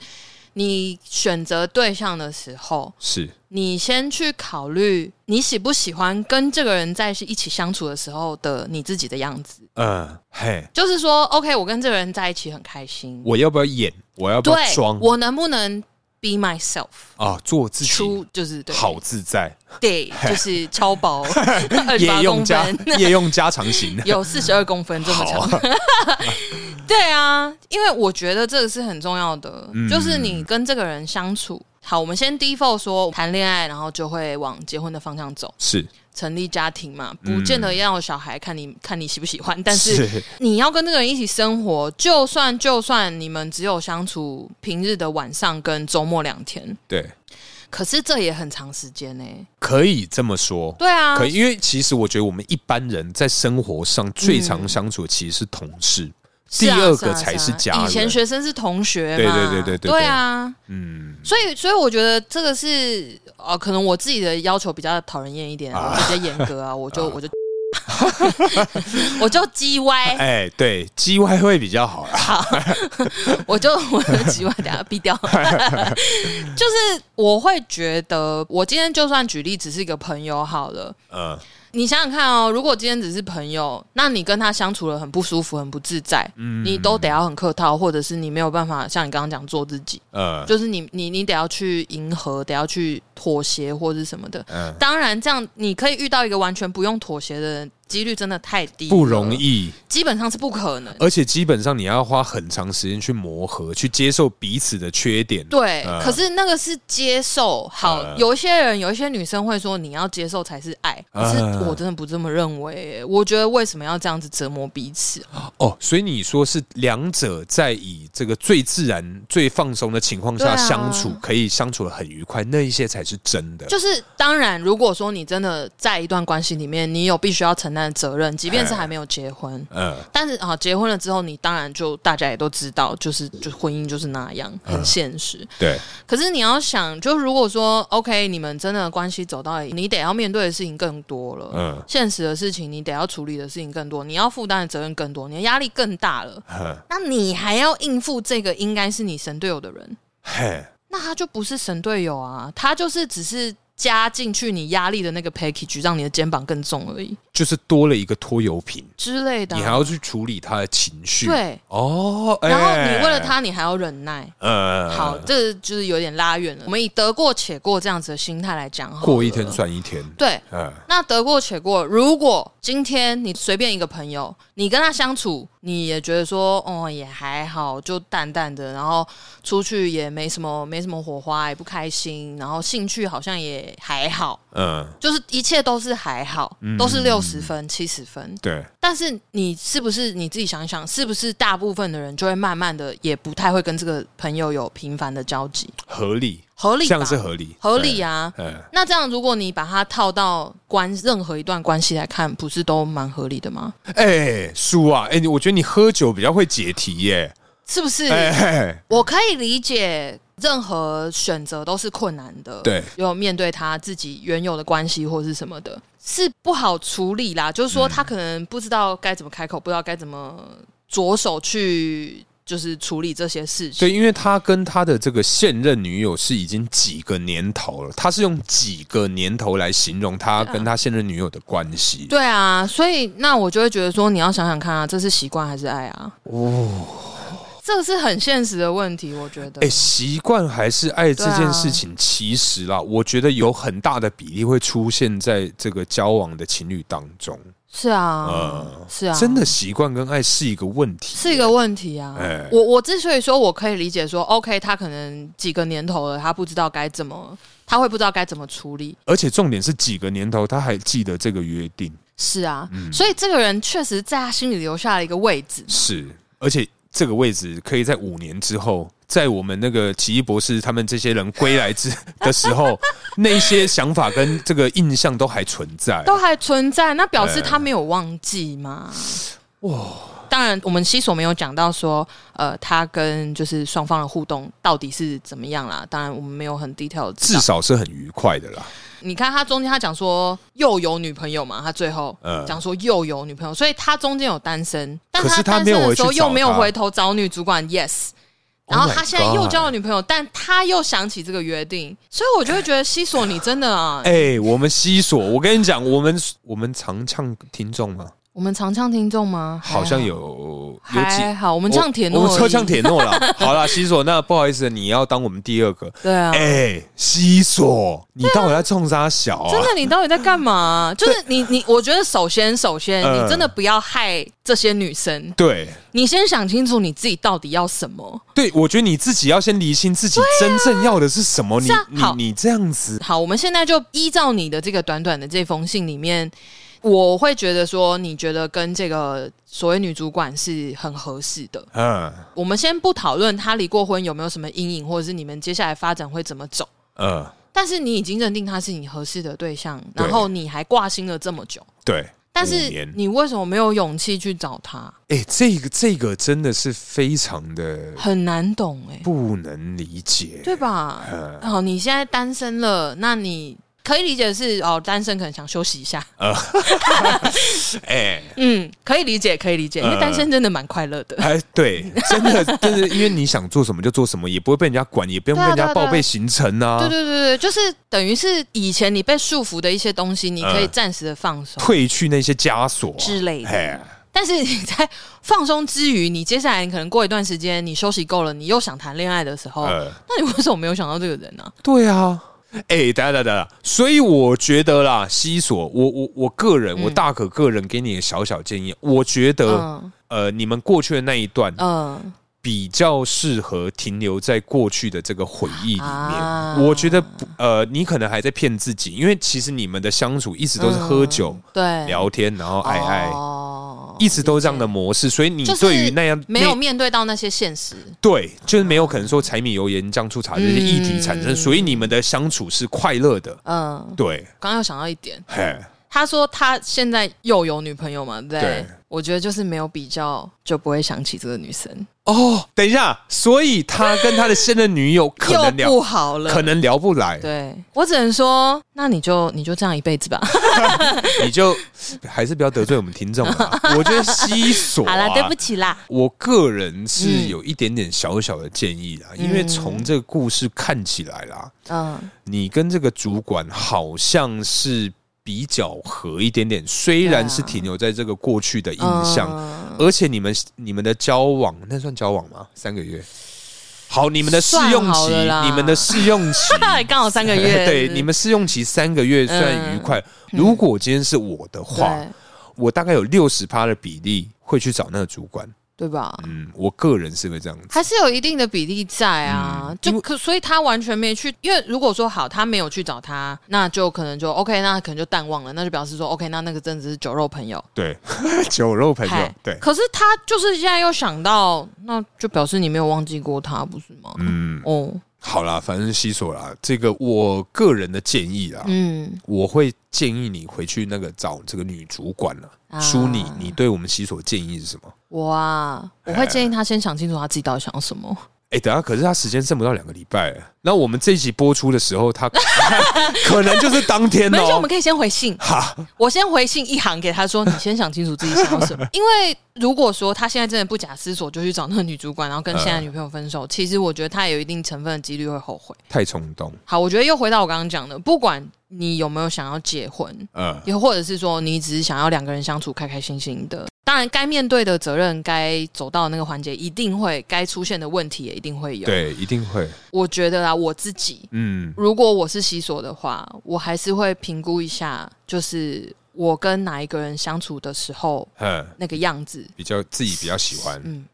S2: 你选择对象的时候，
S1: 是
S2: 你先去考虑你喜不喜欢跟这个人在一起相处的时候的你自己的样子。
S1: 嗯嘿，
S2: 就是说，OK，我跟这个人在一起很开心，
S1: 我要不要演？我要不
S2: 对
S1: 要装？
S2: 我能不能 be myself？
S1: 啊，做自己
S2: 出就是对，
S1: 好自在，
S2: 对，就是超薄二十 八
S1: 夜用
S2: 公
S1: 加
S2: 分，
S1: 夜用加长 型，
S2: 有四十二公分这么
S1: 好啊
S2: 长。 对啊，因为我觉得这个是很重要的，
S1: 嗯
S2: 就是你跟这个人相处。好，我们先 default 说谈恋爱，然后就会往结婚的方向走，
S1: 是
S2: 成立家庭嘛，不见得要有小孩，看你看你喜不喜欢。但是
S1: 嗯是
S2: 你要跟这个人一起生活，就算就算你们只有相处平日的晚上跟周末两天，
S1: 对，
S2: 可是这也很长时间呢、
S1: 可以这么说。
S2: 对啊，
S1: 可以，因为其实我觉得我们一般人在生活上最常相处的其实是同事，
S2: 是
S1: 第
S2: 啊
S1: 二
S2: 是啊
S1: 个才
S2: 是
S1: 是
S2: 啊
S1: 家
S2: 以前
S1: 人。
S2: 学生是同学嘛，
S1: 对对对对对
S2: 对啊，
S1: 嗯，
S2: 所以所以我觉得这个是呃，可能我自己的要求比较讨人厌一点，
S1: 啊
S2: 我比较严 格啊，我就我就 我就叽歪，
S1: 哎，对，G Y 会比较好啊啦。
S2: 我就我就叽歪，等下 毙掉。就是我会觉得，我今天就算举例只是一个朋友好了。
S1: 嗯
S2: 你想想看哦，如果今天只是朋友，那你跟他相处的很不舒服、很不自在，
S1: 嗯
S2: 你都得要很客套，或者是你没有办法像你刚刚讲做自己，
S1: 呃
S2: 就是你你你得要去迎合，得要去妥协或者什么的。
S1: 嗯，
S2: 当然，这样你可以遇到一个完全不用妥协的人，几率真的太低，
S1: 不容，易，呃
S2: 基本上是不可能。
S1: 而且基本上你要花很长时间去磨合，去接受彼此的缺点。
S2: 对，
S1: 嗯
S2: 可是那个是接受。好，
S1: 嗯
S2: 有一些人，有一些女生会说你要接受才是爱，可是
S1: 嗯
S2: 我真的不这么认为、我觉得为什么要这样子折磨彼此？啊
S1: 哦，所以你说是两者在以这个最自然、最放松的情况
S2: 对
S1: 下
S2: 啊
S1: 相处，可以相处的很愉快，那一些才是真的。
S2: 就是当然，如果说你真的在一段关系里面，你有必须要承担的责任，即便是还没有结婚，
S1: 嗯
S2: 但是啊，结婚了之后，你当然就大家也都知道，就是就婚姻就是那样，
S1: 嗯
S2: 很现实。
S1: 对，
S2: 可是你要想，就如果说 OK，你们真的关系走到，你得要面对的事情更多了，
S1: 嗯
S2: 现实的事情你得要处理的事情更多，你要负担的责任更多，你的压力更大了，
S1: 嗯
S2: 那你还要应付这个应该是你神队友的人，
S1: 嘿，
S2: 那他就不是神队友啊，他就是只是加进去你压力的那个 package，让你的肩膀更重而已
S1: 就是多了一个拖油瓶，
S2: 之类的啊、
S1: 你还要去处理他的情绪。
S2: 对，
S1: 哦，
S2: 然后你
S1: 哎
S2: 为了，他，你还要忍耐。
S1: 呃，
S2: 好，这就是有点拉远了。我们以得过且过这样子的心态来讲好了，
S1: 过一天算一天。
S2: 对，
S1: 嗯，
S2: 那得过且过。如果今天你随便一个朋友，你跟他相处，你也觉得说，哦，也还好，就淡淡的，然后出去也没什么，没什么火花，也不开心，然后兴趣好像也还好，
S1: 嗯，
S2: 就是一切都是还好，都是六十分、七十分。
S1: 对，
S2: 但是你是不是你自己想一想，是不是大部分的人就会慢慢的也不太会跟这个朋友有频繁的交集？
S1: 合理，
S2: 合理吧，
S1: 这样是合理，
S2: 合理啊。
S1: 对。嗯，
S2: 那这样，如果你把它套到关任何一段关系来看，不是都蛮合理的吗？
S1: 哎，叔啊，哎，你我觉得你喝酒比较会解题耶。
S2: 是不是？
S1: 哎，嘿
S2: 我可以理解，任何选择都是困难的。
S1: 对，
S2: 有面对他自己原有的关系或是什么的，是不好处理啦。就是
S1: 嗯
S2: 说，他可能不知道该怎么开口，不知道该怎么着手去，就是处理这些事情。
S1: 对，因为他跟他的这个现任女友是已经几个年头了，他是用几个年头来形容他跟他现任女友的关系。
S2: 对啊，所以那我就会觉得说，你要想想看啊，这是习惯还是爱啊？哦，这是很现实的问题，我觉得。
S1: 哎，习惯还是爱这件事情，其实啦，我觉得有很大的比例会出现在这个交往的情侣当中。
S2: 是啊，
S1: 呃
S2: 是啊，
S1: 真的习惯跟爱是一个问题，
S2: 是一个问题啊。
S1: 哎
S2: 我我之所以说我可以理解说，OK，他可能几个年头了，他不知道该怎么，他会不知道该怎么处理。
S1: 而且重点是几个年头他还记得这个约定，
S2: 是啊，所以这个人确实在他心里留下了一个位置。
S1: 是，而且这个位置可以在五年之后，在我们那个奇异博士他们这些人归来 之的时候，那些想法跟这个印象都还存在。
S2: 都还存在，那表示他没有忘记嘛？哇！当然，我们西索没有讲到说，呃，他跟就是双方的互动到底是怎么样啦。当然，我们没有很 detail 知
S1: 至
S2: 道。
S1: 少是很愉快的啦，
S2: 你看他中间他讲说又有女朋友嘛，他最后
S1: 嗯
S2: 讲说又有女朋友，所以他中间有单身，但
S1: 可是他
S2: 单
S1: 没有
S2: 身的
S1: 回
S2: 时候
S1: 去找
S2: 又没有
S1: 他
S2: 回头找女主管，yes。
S1: Oh
S2: 然后
S1: my
S2: 他现在又
S1: God
S2: 交了女朋友，但他又想起这个约定，所以我就会觉得西索你真的啊，
S1: 哎、我们西索，我跟你讲，我们我们常唱听众吗？
S2: 我们常唱听众吗？还啊
S1: 好像有有几
S2: 还啊好，我们唱铁诺，
S1: 我们车唱，铁诺 了。好啦，西索，那不好意思，你要当我们第二个。
S2: 对啊。
S1: 哎，西索，你到底在冲啥小啊？
S2: 真的，你到底在干嘛、就是你，你，我觉得首先，首先，
S1: 嗯
S2: 你真的不要害这些女生，
S1: 对
S2: 你先想清楚你自己到底要什么。
S1: 对，我觉得你自己要先理清自己真正要的是什么。
S2: 啊是啊
S1: 你
S2: 好
S1: 你你这样子，
S2: 好，我们现在就依照你的这个短短的这封信里面，我会觉得说，你觉得跟这个所谓女主管是很合适的。
S1: 嗯
S2: 我们先不讨论她离过婚有没有什么阴影，或者是你们接下来发展会怎么走。
S1: 嗯，
S2: 但是你已经认定她是你合适的对象，
S1: 对
S2: 然后你还挂心了这么久，
S1: 对。
S2: 但
S1: 五
S2: 是
S1: 年
S2: 你为什么没有勇气去找她？
S1: 哎，这个这个真的是非常的
S2: 很难懂哎、
S1: 不嗯能理解。
S2: 对吧？哦，你现在单身了，那你可以理解的是哦，单身可能想休息一下，
S1: 哎
S2: 嗯，可以理解，可以理解，
S1: 嗯
S2: 因为单身真的蛮快乐的。
S1: 哎，对，真的，真的，因为你想做什么就做什么，也不会被人家管，也不用被
S2: 对啊
S1: 人
S2: 对
S1: 家
S2: 啊对啊
S1: 报备行程啊。
S2: 对对对对，就是等于是以前你被束缚的一些东西，你可以
S1: 嗯
S2: 暂时的放松
S1: 褪去那些枷锁啊
S2: 之类的。
S1: 哎，
S2: 但是你在放松之余，你接下来你可能过一段时间，你休息够了，你又想谈恋爱的时候，
S1: 呃
S2: 那你为什么没有想到这个人呢、
S1: 对啊，哎、等一下等一下等一下，所以我觉得啦，西索，我我我个人，我大可个人给你的小小建议，我觉得，
S2: 嗯
S1: 呃，你们过去的那一段
S2: 嗯，
S1: 比较适合停留在过去的这个回忆里面。
S2: 啊
S1: 我觉得不，呃，你可能还在骗自己，因为其实你们的相处一直都是喝酒、
S2: 对，
S1: 聊天，然后爱爱。
S2: 嗯哦
S1: 哎一直都这样的模式，所以你
S2: 就是
S1: 对于那样
S2: 没有
S1: 那
S2: 面对到那些现实，
S1: 对，就是没有可能说柴米油盐酱醋茶这些议题产生，
S2: 嗯
S1: 所以你们的相处是快乐的，
S2: 嗯，
S1: 对，
S2: 刚刚有想到一点，
S1: 嘿，
S2: 他说他现在又有女朋友嘛，对不对
S1: 对
S2: 我觉得就是没有比较就不会想起这个女生，
S1: 哦，等一下，所以他跟他的现任女友可能
S2: 又不
S1: 聊，
S2: 好了，
S1: 可能聊不来，
S2: 对我只能说，那你就你就这样一辈子吧。
S1: 你就还是不要得罪我们听众 啊。我觉得西索、啊，
S2: 好了，对不起啦。
S1: 我个人是
S2: 嗯
S1: 有一点点小小的建议啦，因为从这个故事看起来啦，
S2: 嗯，
S1: 你跟这个主管好像是比较合一点点，虽
S2: 对啊
S1: 然是停留在这个过去的印象，
S2: 嗯
S1: 而且你们你们的交往，那算交往吗？三个月。好，你们的试用
S2: 算好
S1: 期
S2: 了，啦
S1: 你们的试用期
S2: 嗨刚好三个月，
S1: 对，你们试用期三个月算愉快。
S2: 嗯
S1: 如果今天是我的话，
S2: 对
S1: 我大概有六十趴的比例会去找那个主管。
S2: 对吧？
S1: 嗯，我个人是会这样子。
S2: 还是有一定的比例在啊，
S1: 嗯
S2: 就可所以他完全没去，因为如果说好他没有去找他，那就可能就 OK，那可能就淡忘了，那就表示说 OK，那那个真的只是酒肉朋友。
S1: 对， 酒肉朋友
S2: 嗨，
S1: 对，
S2: 可是他就是现在又想到，那就表示你没有忘记过他，不是吗？
S1: 嗯，
S2: 哦，
S1: 好啦，反正西索啦，这个我个人的建议啦，
S2: 嗯，
S1: 我会建议你回去那个找这个女主管了。
S2: 啊
S1: 淑妮，你对我们西索建议是什么？
S2: 我啊，我会建议他先想清楚他自己到底想要什么。
S1: 哎、等一下，可是他时间剩不到两个礼拜了，那我们这一集播出的时候，他 可能就是当天
S2: 没关系，我
S1: 哦
S2: 们。可以先回信。我先回信一行给他说：“你先想清楚自己想要什么。”因为如果说他现在真的不假思索就去找那个女主管，然后跟现在女朋友分手，其实我觉得他有一定成分的几率会后悔。
S1: 太冲动，
S2: 好，我觉得又回到我刚刚讲的，不管你有没有想要结婚，
S1: 嗯、
S2: 又或者是说你只是想要两个人相处开开心心的，当然该面对的责任、该走到的那个环节一定会，该出现的问题也一定会有。
S1: 对，一定会，
S2: 我觉得啊，我自己
S1: 嗯，
S2: 如果我是西索的话，我还是会评估一下，就是我跟哪一个人相处的时候
S1: 嗯，
S2: 那个样子。
S1: 比较自己比较喜欢。
S2: 嗯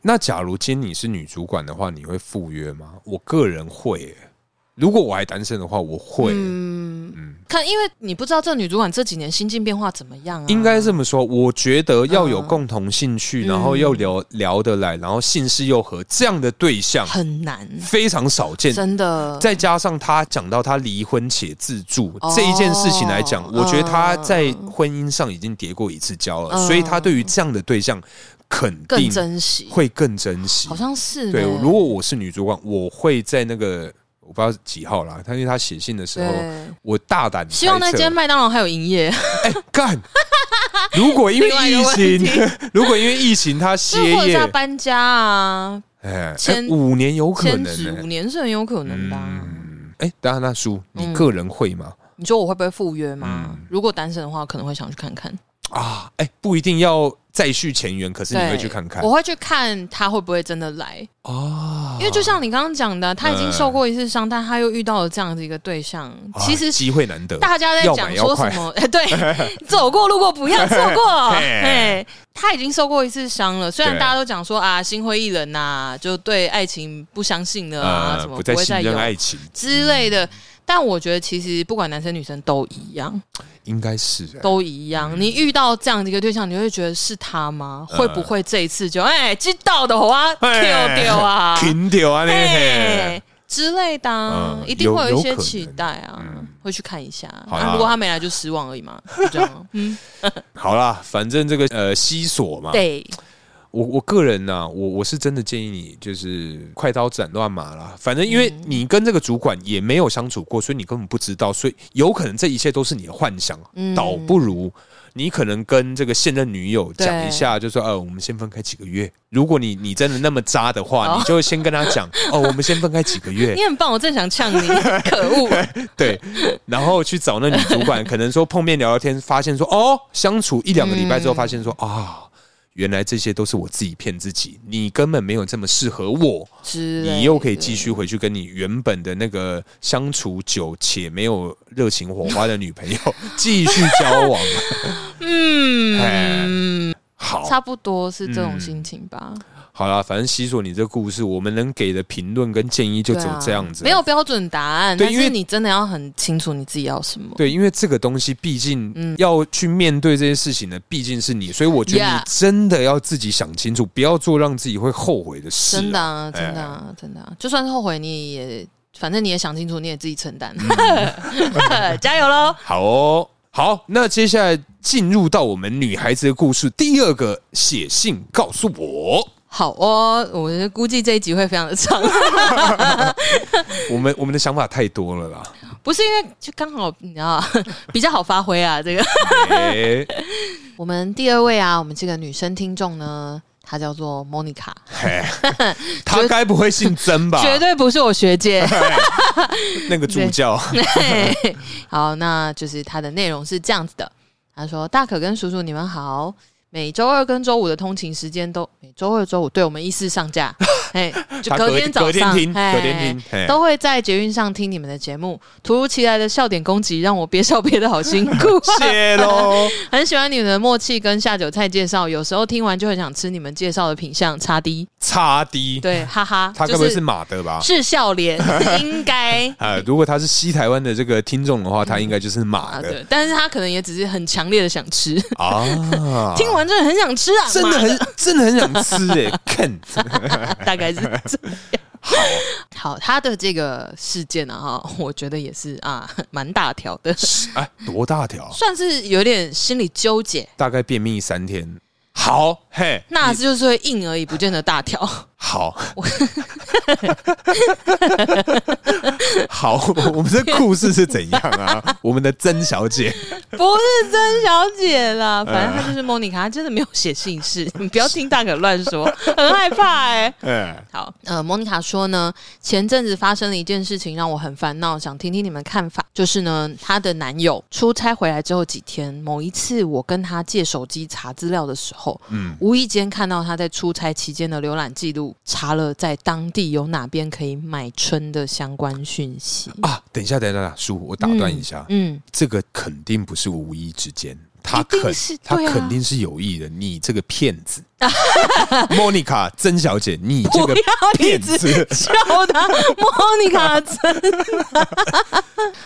S1: 那假如今天你是女主管的话，你会赴约吗？我个人会耶、如果我还单身的话，我会、
S2: 嗯嗯，看，因为你不知道这个女主管这几年心境变化怎么样啊？
S1: 应该这么说，我觉得要有
S2: 嗯
S1: 共同兴趣，然后要聊聊得来，然后性事又合，这样的对象
S2: 很难，
S1: 非常少见。
S2: 真的。
S1: 再加上他讲到他离婚且自住、
S2: 哦
S1: 这一件事情来讲，
S2: 嗯
S1: 我觉得他在婚姻上已经叠过一次跤了，
S2: 嗯
S1: 所以他对于这样的对象肯
S2: 更
S1: 定
S2: 珍惜，
S1: 会更珍惜
S2: 好。像是欸
S1: 对
S2: 呢，
S1: 如果我是女主管，我会在那个我不知道几号啦，但是他写信的时候，
S2: 对，
S1: 我大胆
S2: 希望
S1: 猜
S2: 那
S1: 测
S2: 间麦当劳还有营业，
S1: 哎 干。如果因为
S2: 另外一个
S1: 疫
S2: 问
S1: 情， 如果因为疫情他歇
S2: 或者是
S1: 业
S2: 要，搬家啊，
S1: 哎，哎
S2: 迁
S1: 五年有可
S2: 迁
S1: 能
S2: 址
S1: 呢
S2: 五。年是很有可能的啊。
S1: 嗯，哎，当然，那叔，你
S2: 嗯
S1: 个人会吗？
S2: 你说我会不会赴约吗
S1: 嗯？
S2: 如果单身的话，可能会想去看看。
S1: 啊，哎，不一定要再续前缘，可是你
S2: 对
S1: 会去看看
S2: 我会去看他会不会真的来，
S1: 哦
S2: 因为就像你刚刚讲的，他已
S1: 嗯
S2: 经受过一次伤，但他又遇到了这样的一个对象，
S1: 啊
S2: 其实
S1: 机会难得，
S2: 大家在讲说什么？ 哎，对，走过路过不要错过。
S1: 嘿
S2: 哎，他已经受过一次伤了，虽然
S1: 对
S2: 大家都讲说啊，心灰意冷呐、就对爱情不相信了啊，
S1: 呃
S2: 什么
S1: 不
S2: 不
S1: 再
S2: 会
S1: 信
S2: 再有
S1: 任爱情，
S2: 之类的。但我觉得其实不管男生女生都一样，
S1: 应该是
S2: 都一样。你遇到这样的一个对象，你会觉得是他吗？
S1: 嗯
S2: 会不会这一次就哎，知道的啊，Q 掉 啊，
S1: 停掉啊，那
S2: 哎之类的啊、
S1: 嗯
S2: 一定会
S1: 有
S2: 一
S1: 有
S2: 些
S1: 可
S2: 期
S1: 能
S2: 待啊，
S1: 嗯
S2: 会去看一下。
S1: 好
S2: 啊
S1: 啦
S2: 如果他没来，就失望而 已嘛，就这样。嗯，
S1: 好啦，反正这个呃西索嘛，
S2: 对，
S1: 我我个人呢、我我是真的建议你就是快刀斩乱麻啦。反正因为
S2: 嗯
S1: 你跟这个主管也没有相处过，所以你根本不知道，所以有可能这一切都是你的幻想。
S2: 嗯
S1: 倒不如你可能跟这个现任女友讲一下，就说呃，我们先分开几个月。如果你你真的那么渣的话，
S2: 哦
S1: 你就先跟他讲哦，我们先分开几 个月
S2: 你，很棒，我正想呛 你，可恶！
S1: 对，然后去找那女主管，可能说碰面聊聊天，发现说哦，相处一两个礼拜
S2: 嗯
S1: 之后，发现说啊。原来这些都是我自己骗自己，你根本没有这么适合我，
S2: 之类的
S1: 你又可以继续回去跟你原本的那个相处久且没有热情火花的女朋 友继续交往。
S2: 嗯，
S1: 好，
S2: 差不多是这种心情吧。
S1: 嗯好啦，反正西索，你这故事我们能给的评论跟建议就
S2: 对
S1: 只有
S2: 啊
S1: 这样子，
S2: 没有标准答案，
S1: 对
S2: 但
S1: 因为
S2: 是你真的要很清楚你自己要什么。
S1: 对，因为这个东西毕
S2: 嗯
S1: 竟要去面对这些事情的，毕竟是你，所以我觉得你
S2: Yeah
S1: 真的要自己想清楚，不要做让自己会后悔的事啊。
S2: 真的啊，真的啊，真的啊，就算是后悔，你也反正你也想清楚，你也自己承担，
S1: 嗯
S2: 加油喽！
S1: 好哦，好，那接下来进入到我们女孩子的故事，第二个写信告诉我，
S2: 好哦，我估计这一集会非常的长，
S1: 我们我们的想法太多了啦。
S2: 不是因为就刚好你知道 比较好发挥啊。这个
S1: 哎
S2: 我们第二位啊，我们这个女生听众呢，她叫做 Monica，
S1: 嘿，他该不会姓曾吧？
S2: 绝对不是我 学姐。
S1: 那个助教，
S2: 对，好，那就是它的内容是这样子的。他说：“大可跟叔叔，你们好。每周二跟周五的通勤时间都每周二、周五，对我们依次上架。 哎，就
S1: 他
S2: 隔天早
S1: 隔天
S2: 上，
S1: 听，
S2: 哎
S1: 隔天听，嘿
S2: 都会在捷运上听你们的节目。突如其来的笑点攻击让我憋笑憋得好辛苦、
S1: 谢 喽。
S2: 很喜欢你们的默契跟下酒菜介绍，有时候听完就很想吃你们介绍的品相叉 D。
S1: 差 D，
S2: 对，哈哈，
S1: 他该
S2: 就
S1: 不会是马德吧？
S2: 是笑 脸，应该
S1: 啊，如果他是西台湾的这个听众的话，他应该就是
S2: 啊，
S1: 马的
S2: 对，但是他可能也只是很强烈的想吃，
S1: 啊，
S2: 听完真的很想吃啊，
S1: 真的很真的很想吃哎，看
S2: 妈的大概是这样。 好，好，他的这个事件啊，哈，我觉得也是啊，蛮大条的，
S1: 哎多大条，
S2: 算是有点心理纠结。
S1: 大概便秘三天。好嘿，
S2: 那就是会硬而已，不见得大条。
S1: 好， 好，我们的故事是怎样啊？我们的曾小姐
S2: 不是曾小姐啦，反正她就是莫妮卡，她真的没有写姓氏， 你不要听大可乱说，很害怕哎、
S1: 哎
S2: 好，呃，莫妮卡说呢，前阵子发生了一件事情，让我很烦恼，想听听你们看法。就是呢，她的男友出差回来之后几天，某一次我跟他借手机查资料的时候，嗯，无意间看到他在出差期间的浏览记录，查了在当地有哪边可以买春的相关讯息。
S1: 啊，等一下，等一下，叔，我打断一下，
S2: 嗯，
S1: 这个肯定不是无意之间，他
S2: 一定
S1: 肯
S2: 是
S1: 他
S2: 对啊
S1: 肯定是有意的，你这个骗 子，Monica 曾小姐，你这个
S2: 不要一
S1: 骗
S2: 直，
S1: 子
S2: 叫他莫妮卡真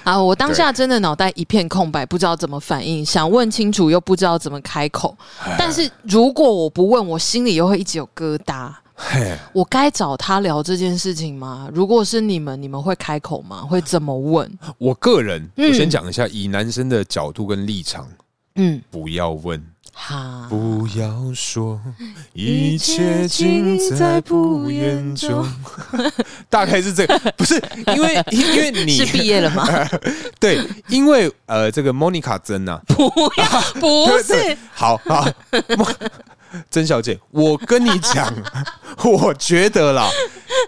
S2: 啊！我当下真的脑袋一片空白，不知道怎么反应，想问清楚又不知道怎么开口。
S1: 哎
S2: 但是如果我不问，我心里又会一直有疙瘩。
S1: 嘿，
S2: 我该找他聊这件事情吗？如果是你们，你们会开口吗？会怎么问？
S1: 我个人，
S2: 嗯
S1: 我先讲一下，以男生的角度跟立场，
S2: 嗯，
S1: 不要问，
S2: 哈，
S1: 不要说，一切尽在不言中。 大概是这个，不是因为因为
S2: 是
S1: 你
S2: 毕业 了吗？
S1: 对，因为呃，这个 Monica 曾啊，
S2: 不要，不
S1: 对对
S2: 是，
S1: 好好， 莫曾小姐，我跟你讲， 我觉得啦，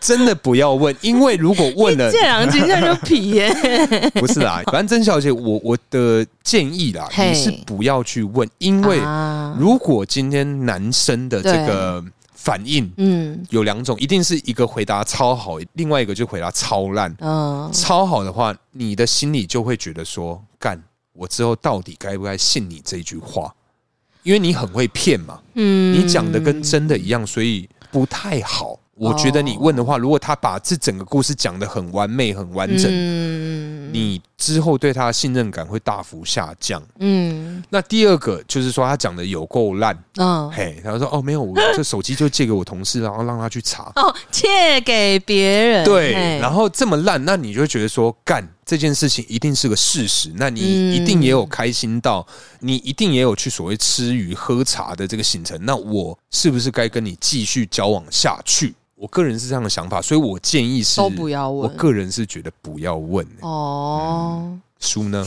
S1: 真的不要问，因为如果问了，
S2: 这两今天就皮耶、
S1: 不是啦，反正曾小姐，我我的建议啦，
S2: 嘿
S1: 你是不要去问， 因为
S2: 啊
S1: 如果今天男生的这个反应
S2: 嗯
S1: 有两种，一定是一个回答超好，另外一个就回答超烂。
S2: 嗯，
S1: 超好的话，你的心里就会觉得说，干，我之后到底该不该信你这句话？因为你很会骗嘛，
S2: 嗯
S1: 你讲的跟真的一样，所以不太好。我觉得你问的话，如果他把这整个故事讲得很完美、很完整，
S2: 嗯
S1: 你之后对他的信任感会大幅下降。
S2: 嗯
S1: 那第二个就是说，他讲的有够烂，
S2: 嗯
S1: 嘿，他说哦没有，我这手机就借给我同事，然后让他去查，
S2: 哦，借给别人
S1: 对，
S2: 嘿
S1: 然后这么烂，那你就会觉得说，干这件事情一定是个事实，那
S2: 嗯
S1: 你一定也有开心到，你一定也有去所谓吃鱼喝茶的这个行程，那我是不是该跟你继续交往下去？我个人是这样的想法，所以我建议是
S2: 都不要
S1: 我
S2: 问
S1: 个人是觉得不要问、欸。
S2: 哦。
S1: 叔呢？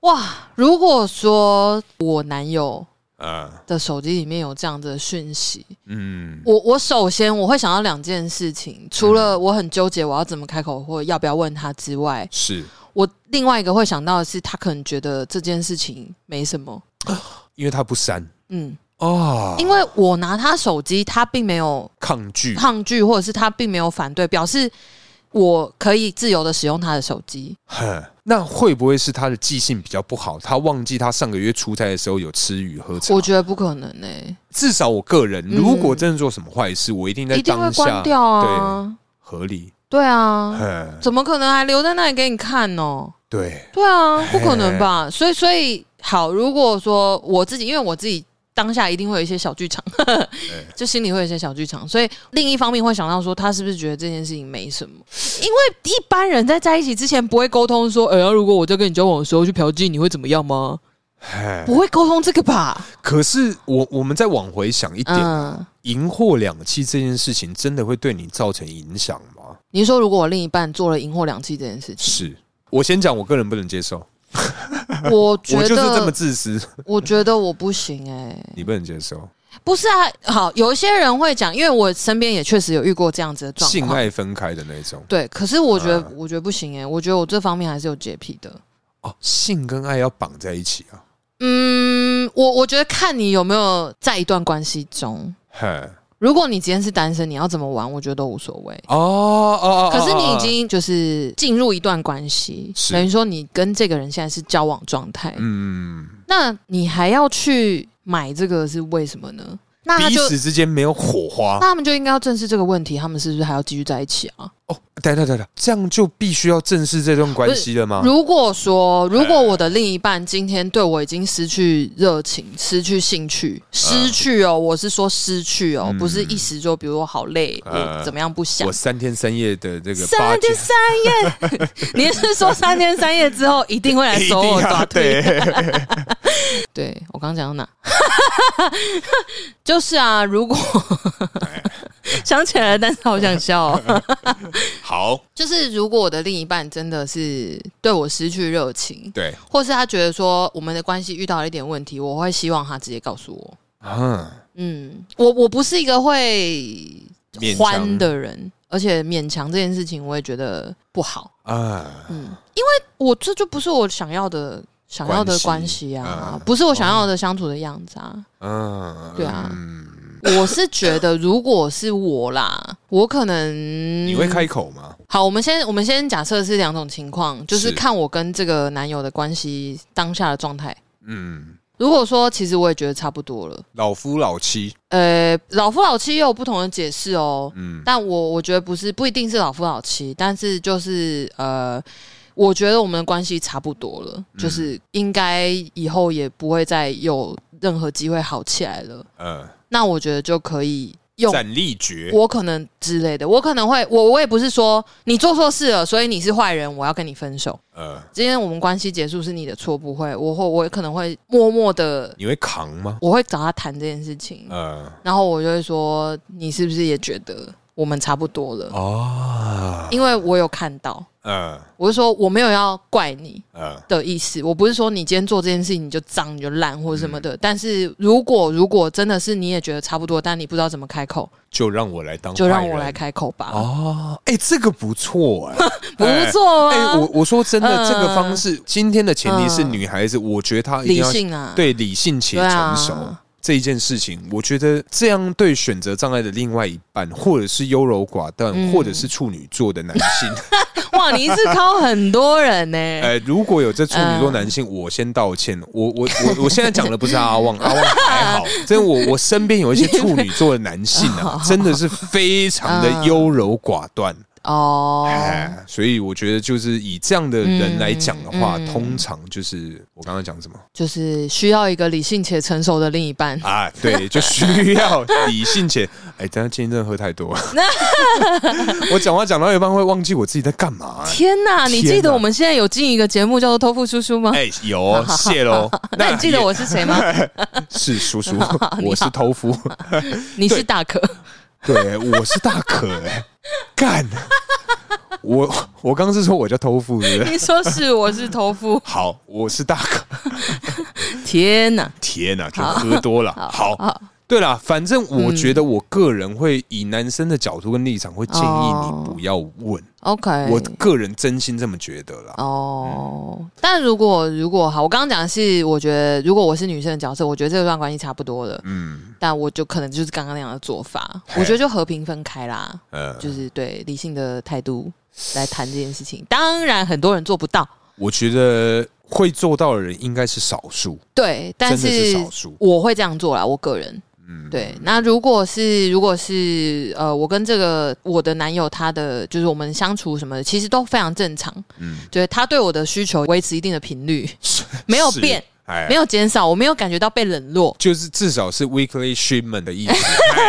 S2: 哇，如果说我男友
S1: 啊，
S2: 的手机里面有这样的讯息，
S1: 嗯，
S2: 我我首先我会想到两件事情，除了我很纠结我要怎么开口或要不要问他之外，
S1: 是
S2: 我另外一个会想到的是，他可能觉得这件事情没什么。
S1: 因为他不删
S2: 嗯，
S1: 哦，
S2: 因为我拿他手机，他并没有
S1: 抗拒，
S2: 抗拒，或者是他并没有反对，表示我可以自由的使用他的手机。
S1: 哼，那会不会是他的记性比较不好？他忘记他上个月出差的时候有吃鱼喝茶
S2: 我？觉得不可能欸呢、
S1: 至少我个人，
S2: 嗯
S1: 如果真的做什么坏事，我一定在
S2: 一定会
S1: 当下
S2: 关掉啊，
S1: 合理。
S2: 对啊，
S1: 哼，
S2: 怎么可能还留在那里给你看呢？
S1: 对，
S2: 对啊，不可能吧？所以，所以好，如果说我自己，因为我自己当下一定会有一些小剧场， 就心里会有一些小剧场，所以另一方面会想到说，他是不是觉得这件事情没什么？因为一般人在在一起之前不会沟通说，哎、呀，如果我在跟你交往的时候去嫖妓，你会怎么样吗？
S1: 嘿
S2: 不会沟通这个吧？
S1: 可是我我们再往回想一点，
S2: 嗯，
S1: 赢货两期这件事情真的会对你造成影响吗？
S2: 你说如果我另一半做了赢货两期这件事情，
S1: 是我先讲，我个人不能接受，
S2: 我觉
S1: 我就是这么
S2: 得，
S1: 自私，
S2: 我觉得我不行哎、
S1: 你不能接受
S2: 不是啊，好，有一些人会讲，因为我身边也确实有遇过这样子的状
S1: 性
S2: 况，
S1: 爱分开的那种
S2: 对，可是我觉得，
S1: 啊
S2: 我觉得不行哎、我觉得我这方面还是有洁癖的。
S1: 哦，性跟爱要绑在一起啊。
S2: 嗯，我我觉得看你有没有在一段关系中，
S1: 哼，
S2: 如果你今天是单身，你要怎么玩，我觉得都无所谓。
S1: 哦哦哦，哦
S2: 可是你已。
S1: 哦
S2: 经就是进入一段关系，
S1: 是
S2: 等于说你跟这个人现在是交往状态，
S1: 嗯，
S2: 那你还要去买这个是为什么呢？那他
S1: 彼
S2: 就
S1: 此之间没有火花
S2: 那他们就应该要正视这个问题，他们是不是还要继续在一起啊？
S1: 哦。对对对对，这样就必须要正视这段关系了吗？
S2: 如果说，如果我的另一半今天对我已经失去热情、
S1: 哎
S2: 失去兴趣、失去哦，我是说失去哦，
S1: 啊嗯
S2: 不是一时就比如我好累，
S1: 呃
S2: 我怎么样不想
S1: 我。三天三夜的这个八
S2: 三天 三夜，你是说三天三夜之后一定会来
S1: 一
S2: 收
S1: 定
S2: 我
S1: 要
S2: 短腿？
S1: 对，
S2: 对我刚刚讲到哪？ 就是啊，如果想起来了，但是好想笑、哦。
S1: 好，
S2: 就是如果我的另一半真的是对我失去热情，
S1: 对，
S2: 或是他觉得说我们的关系遇到了一点问题，我会希望他直接告诉我。
S1: 嗯，
S2: 嗯，我我不是一个会
S1: 勉强
S2: 欢的人，而且勉强这件事情，我也觉得不好。
S1: 啊，
S2: 我这就不是我想要的。想要的关系啊，
S1: 关系嗯
S2: 不是我想要的相处的样子啊。
S1: 嗯，
S2: 对啊
S1: 嗯
S2: 我是觉得，如果是我啦，我可能
S1: 你会开口吗？
S2: 好。我们先我们先假设是两种情况，就是
S1: 是
S2: 看我跟这个男友的关系当下的状态。
S1: 嗯，
S2: 如果说，其实我也觉得差不多了。
S1: 老夫老妻，
S2: 呃，老夫老妻也有不同的解释哦。
S1: 嗯，
S2: 但我我觉得不是，不一定是老夫老妻，但是就是呃，我觉得我们的关系差不多了，就是应该以后也不会再有任何机会好起来了。
S1: 呃，
S2: 那我觉得就可以用
S1: 斩立决，
S2: 我可能之类的，我可能会，我我也不是说你做错事了，所以你是坏人，我要跟你分手。
S1: 呃，
S2: 今天我们关系结束是你的错，不会，我会，我可能会默默的，
S1: 你会扛吗？
S2: 我会找他谈这件事情，
S1: 呃，
S2: 然后我就会说，你是不是也觉得我们差不多了？
S1: 哦，
S2: 因为我有看到，
S1: 呃
S2: 我是说我没有要怪你。
S1: 呃，
S2: 的意思，我不是说你今天做这件事情你就脏你就烂或者什么
S1: 嗯
S2: 的，但是如果如果真的是你也觉得差不多，但你不知道怎么开口，
S1: 就让我来当，
S2: 就让我来。开口吧，
S1: 哦，哎、这个不错 哎、
S2: 不
S1: 哎
S2: 错
S1: 哎、
S2: 啊，
S1: 我我说真的，
S2: 嗯
S1: 这个方式，今天的前提是
S2: 嗯
S1: 女孩子，我觉得哦她一定
S2: 理
S1: 要
S2: 性啊，
S1: 对理性且
S2: 对
S1: 成
S2: 啊
S1: 熟、这一件事情，我觉得这样对选择障碍的另外一半，或者是优柔寡断，
S2: 嗯
S1: 或者是处女座的男 性，
S2: 哇，你一次考很多 人呢、
S1: 呃，如果有这处女座男
S2: 嗯
S1: 性，我先道歉。我我我我现在讲的不是阿 旺，阿旺还好，真的我我身边有一些处女座的男性 啊，真的是非常的优柔寡断。
S2: 哦，
S1: 哎，所以我觉得就是以这样的人来讲的话，
S2: 嗯嗯
S1: 通常就是我刚刚讲什么
S2: 就是需要一个理性且成熟的另一半。
S1: 啊？对，就需要理性且哎，等一下今天真的喝太多，我讲话讲到一半会忘记我自己在干嘛、哎
S2: 天哪，你
S1: 天
S2: 记得
S1: 哪
S2: 我们现在有进一个节目叫做《偷富 叔叔》吗？
S1: 哎、有哦谢喽。
S2: 那你记得我是 谁吗？
S1: 也是叔叔，我是偷夫。
S2: 你是 大可，
S1: 对，我是大可哎、干！我我刚是说我叫偷富是不是？
S2: 你说是我是头夫。
S1: 好，我是大可。
S2: 天哪，
S1: 天哪、就喝多了。好，对啦，反正我觉得我个人会以男生的角度跟立场，会建议
S2: 哦
S1: 你不要问。
S2: ，OK，
S1: 我个人真心这么觉得啦。
S2: 哦，但如果如果好，我刚刚讲的是，我觉得如果我是女生的角色，我觉得这段关系差不多了，
S1: 嗯
S2: 但我就可能就是刚刚那样的做法，
S1: 嘿
S2: 我觉得就和平分开啦。
S1: 呃，
S2: 就是对理性的态度来谈这件事情。当然，很多人做不到，
S1: 我觉得会做到的人应该是少数，
S2: 对，但
S1: 真的是
S2: 是
S1: 少数。
S2: 我会这样做啦，我个人。
S1: 嗯，
S2: 对，那如果是如果是呃，我跟这个我的男友他的就是我们相处什么的，其实都非常正常，
S1: 嗯，
S2: 就是他对我的需求维持一定的频率，没有
S1: 是
S2: 变，
S1: 哎，
S2: 没有减少，我没有感觉到被冷落
S1: 就是至少是 weekly shipment 的意思。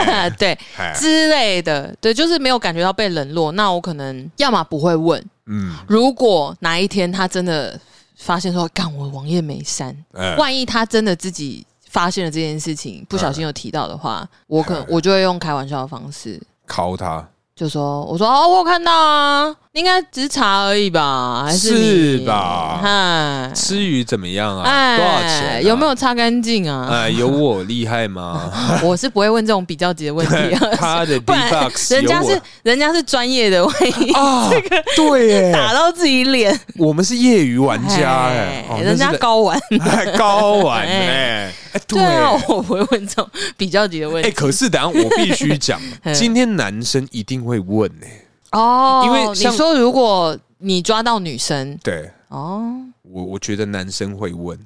S1: 哎
S2: 对
S1: 哎
S2: 之类的，对，就是没有感觉到被冷落。那我可能要么不会问，
S1: 嗯，
S2: 如果哪一天他真的发现说，干我网页没删，
S1: 哎
S2: 万一他真的自己发现了这件事情，不小心有提到的
S1: 嗯
S2: 话，我可能我就会用开玩笑的方式，
S1: 考他。
S2: 就说我说哦，我有看到啊，你应该只是查而已吧，还
S1: 是
S2: 你
S1: 吧
S2: 嗨，
S1: 吃鱼怎么样啊？
S2: 哎，
S1: 多少钱、
S2: 有没？有擦干净啊？
S1: 哎，有我厉害 吗？
S2: 我是不会问这种比较级的问题啊。
S1: 他的 D
S2: 不然
S1: box
S2: 人
S1: 有
S2: 家
S1: 我
S2: 是人家是专业的，万一
S1: 啊，对耶，
S2: 打到自己脸，
S1: 我们是业余玩家哎，哦
S2: 人家
S1: 那是
S2: 高玩，
S1: 哎 高玩
S2: 哎
S1: 哎，哎对
S2: 对啊，我不会问这种比较级的问
S1: 哎，
S2: 题
S1: 可是等下我必须 讲
S2: 嗯，
S1: 今天男生一定会问哎，
S2: 哦。
S1: 因为
S2: 你
S1: 像
S2: 说如果你抓到女生
S1: 对
S2: 哦，
S1: 我我觉得男生会问，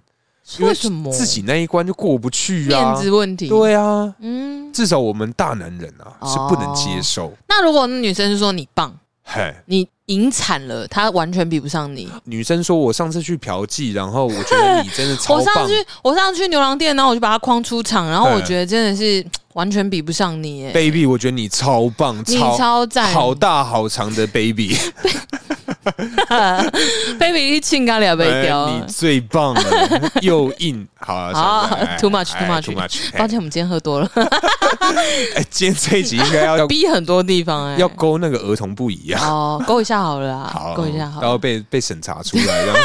S1: 因
S2: 为什么
S1: 自己那一关就过不去
S2: 面
S1: 啊？
S2: 子问题？，
S1: 对啊，
S2: 嗯。
S1: 至少我们大男人啊
S2: 哦
S1: 是不能接受，
S2: 那如果那女生是说你棒，
S1: 嘿。
S2: 你赢惨了，她完全比不上你。
S1: 女生说：“我上次去嫖妓，然后我觉得你真的超
S2: 我上
S1: 棒
S2: 次，去，我上次去牛郎店，然后我就把她框出场，然后我
S1: 嗯
S2: 觉得真的是完全比不上你，哎，
S1: baby，我觉得你超棒，
S2: 你超赞，
S1: 好 大好长的 baby，
S2: ，baby 你亲咖俩 被雕。
S1: 哎你最棒了， 又硬，好啊
S2: 好
S1: 算了哎
S2: too much，
S1: 哎
S2: too much
S1: too much，
S2: 抱
S1: 哎
S2: 歉，我们今天喝多了，
S1: 哎，今天这一集应该 要要
S2: 逼很多地方哎。
S1: 要勾那个儿童不宜啊，
S2: 哦，勾一下好了啦
S1: 好，，
S2: 勾一下好
S1: 然
S2: 了，
S1: 后被被审查出来，然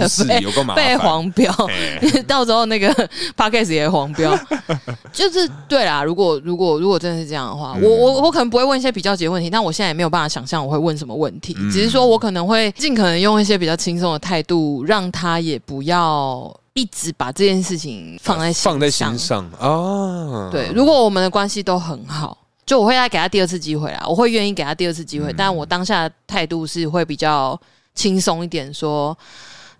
S1: 后出 事有个麻
S2: 被
S1: 烦，
S2: 黄标。
S1: 哎，
S2: 到时候那个 podcast 也黄 标，就是对啦。如果如果如果真的是这样的
S1: 嗯
S2: 话，我我我可能不会问一些比较级的问题，但我现在也没有办法想象我会问什么问题，
S1: 嗯
S2: 只是说我可能会尽可能用一些比较轻松的态度，让他也不要一直把这件事情放在
S1: 放在心上啊，
S2: 对，，如果我们的关系都很好，就我会再给他第二次机会啦，我会愿意给他第二次机会，但我当下的态度是会比较轻松一点说。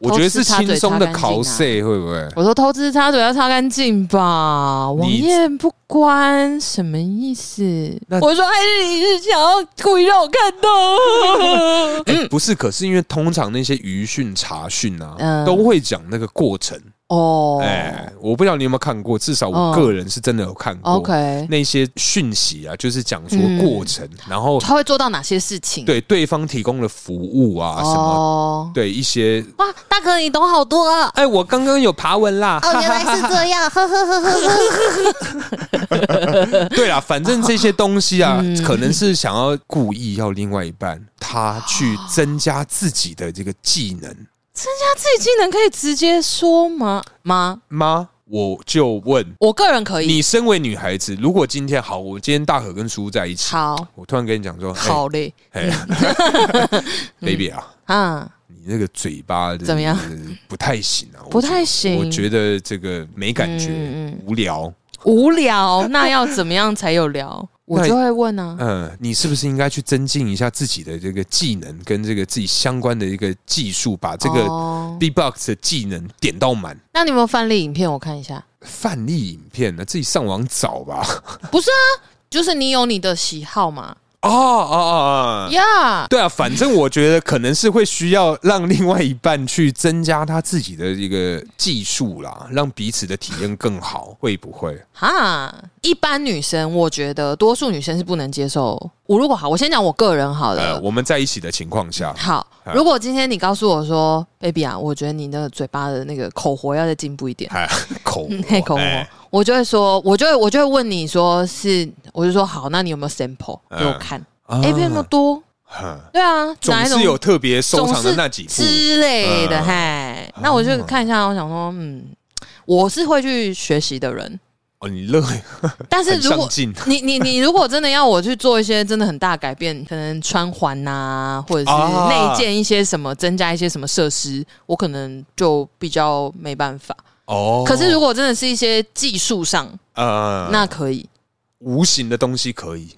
S1: 我觉得是轻松的考
S2: 试。
S1: C 会不会？
S2: 我说偷吃插嘴要擦干净吧，网页不关什么意思
S1: 那？
S2: 我说还是你是想要故意让我看到？
S1: 哎不是，可是因为通常那些余讯、查讯啊，
S2: 嗯
S1: 都会讲那个过程。
S2: 哦
S1: 哎，我不知道你有没有看过，至少我
S2: 哦
S1: 个人是真的有看过。
S2: ，OK，嗯
S1: 那些讯息啊，就是讲说过程，然后
S3: 他会做到哪些事情？
S1: 对对方提供的服务啊什么，
S2: 哦，
S1: 对一些。
S2: 哇，大哥你懂好 多啊！
S1: 哎，我刚刚有爬文啦。
S2: 哦，原来是这样，呵呵呵呵呵。
S1: 对啦，反正这些东西啊，
S2: 嗯
S1: 可能是想要故意要另外一半他去增加自己的这个技能
S2: 他自己技能可以直接说吗？吗？
S1: 吗？我就问
S2: 我个人可以。
S1: 你，身为女孩子，如果今天好，我今天大可跟叔在一起，
S2: 好，
S1: 我突然跟你讲说，哎
S2: 好嘞，
S1: 哎 ，baby 啊，
S2: 啊，
S1: 你那个嘴巴
S2: 怎么样？
S1: 不太行啊，我
S2: 不太
S1: 觉得
S2: 行。
S1: 我觉得这个没感觉，
S2: 嗯嗯
S1: 无聊。
S2: 无聊，那要怎么样才有聊？我就会问啊，
S1: 嗯，你是不是应该去增进一下自己的这个技能跟这个自己相关的一个技术，把这个
S2: 哦
S1: B-box 的技能点到满？
S2: 那你有没有范例影片？我看一下。
S1: 范例影片呢，自己上网找吧。
S2: 不是啊，就是你有你的喜好嘛。
S1: 哦哦哦哦，
S2: 呀、
S1: 对啊，反正我觉得可能是会需要让另外一半去增加他自己的一个技术啦，让彼此的体验更好，会不会？
S2: 哈，一般女生我觉得多数女生是不能接受。我如果好，我先讲我个人好了。
S1: 呃，我哎们在一起的情况下，
S2: 好，如果今天你告诉我说，baby 啊，我觉得你那个嘴巴的那个口活要再进步一 点，
S1: 哎，口
S2: 嗯，嘿，口活，
S1: 哎
S2: 我就会说，我就会我就会问你说是，我就说好，那你有没有 sample
S1: 嗯
S2: 给我看、
S1: 啊
S2: a 片那么多，
S1: 哼
S2: 对啊，
S1: 总
S2: 哪一种
S1: 是有特别收藏的那几部
S2: 总是之类
S1: 嗯
S2: 的，
S1: 哦
S2: 嗨、那我就看一下，我想说，嗯，我是会去学习的人，
S1: 哦，你乐
S2: 但是
S1: 很
S2: 如
S1: 上
S2: 果
S1: 进
S2: 你你你如果真的要我去做一些真的很大改变，可能穿环呐、或者是
S1: 啊
S2: 内建一些什么，增加一些什么设施，我可能就比较没办法。
S1: 哦。
S2: 可是如果真的是一些技术上，
S1: 呃，
S2: 那可以。
S1: 无形的东西可以，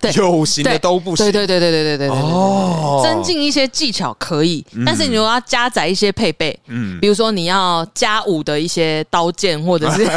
S2: 对
S1: 有形的都不行。
S2: 对对对对对对对对
S1: 哦
S2: 对，增进一些技巧可以，但是你如果要加载一些配备，
S1: 嗯，
S2: 比如说你要加五的一些刀剑，或 者是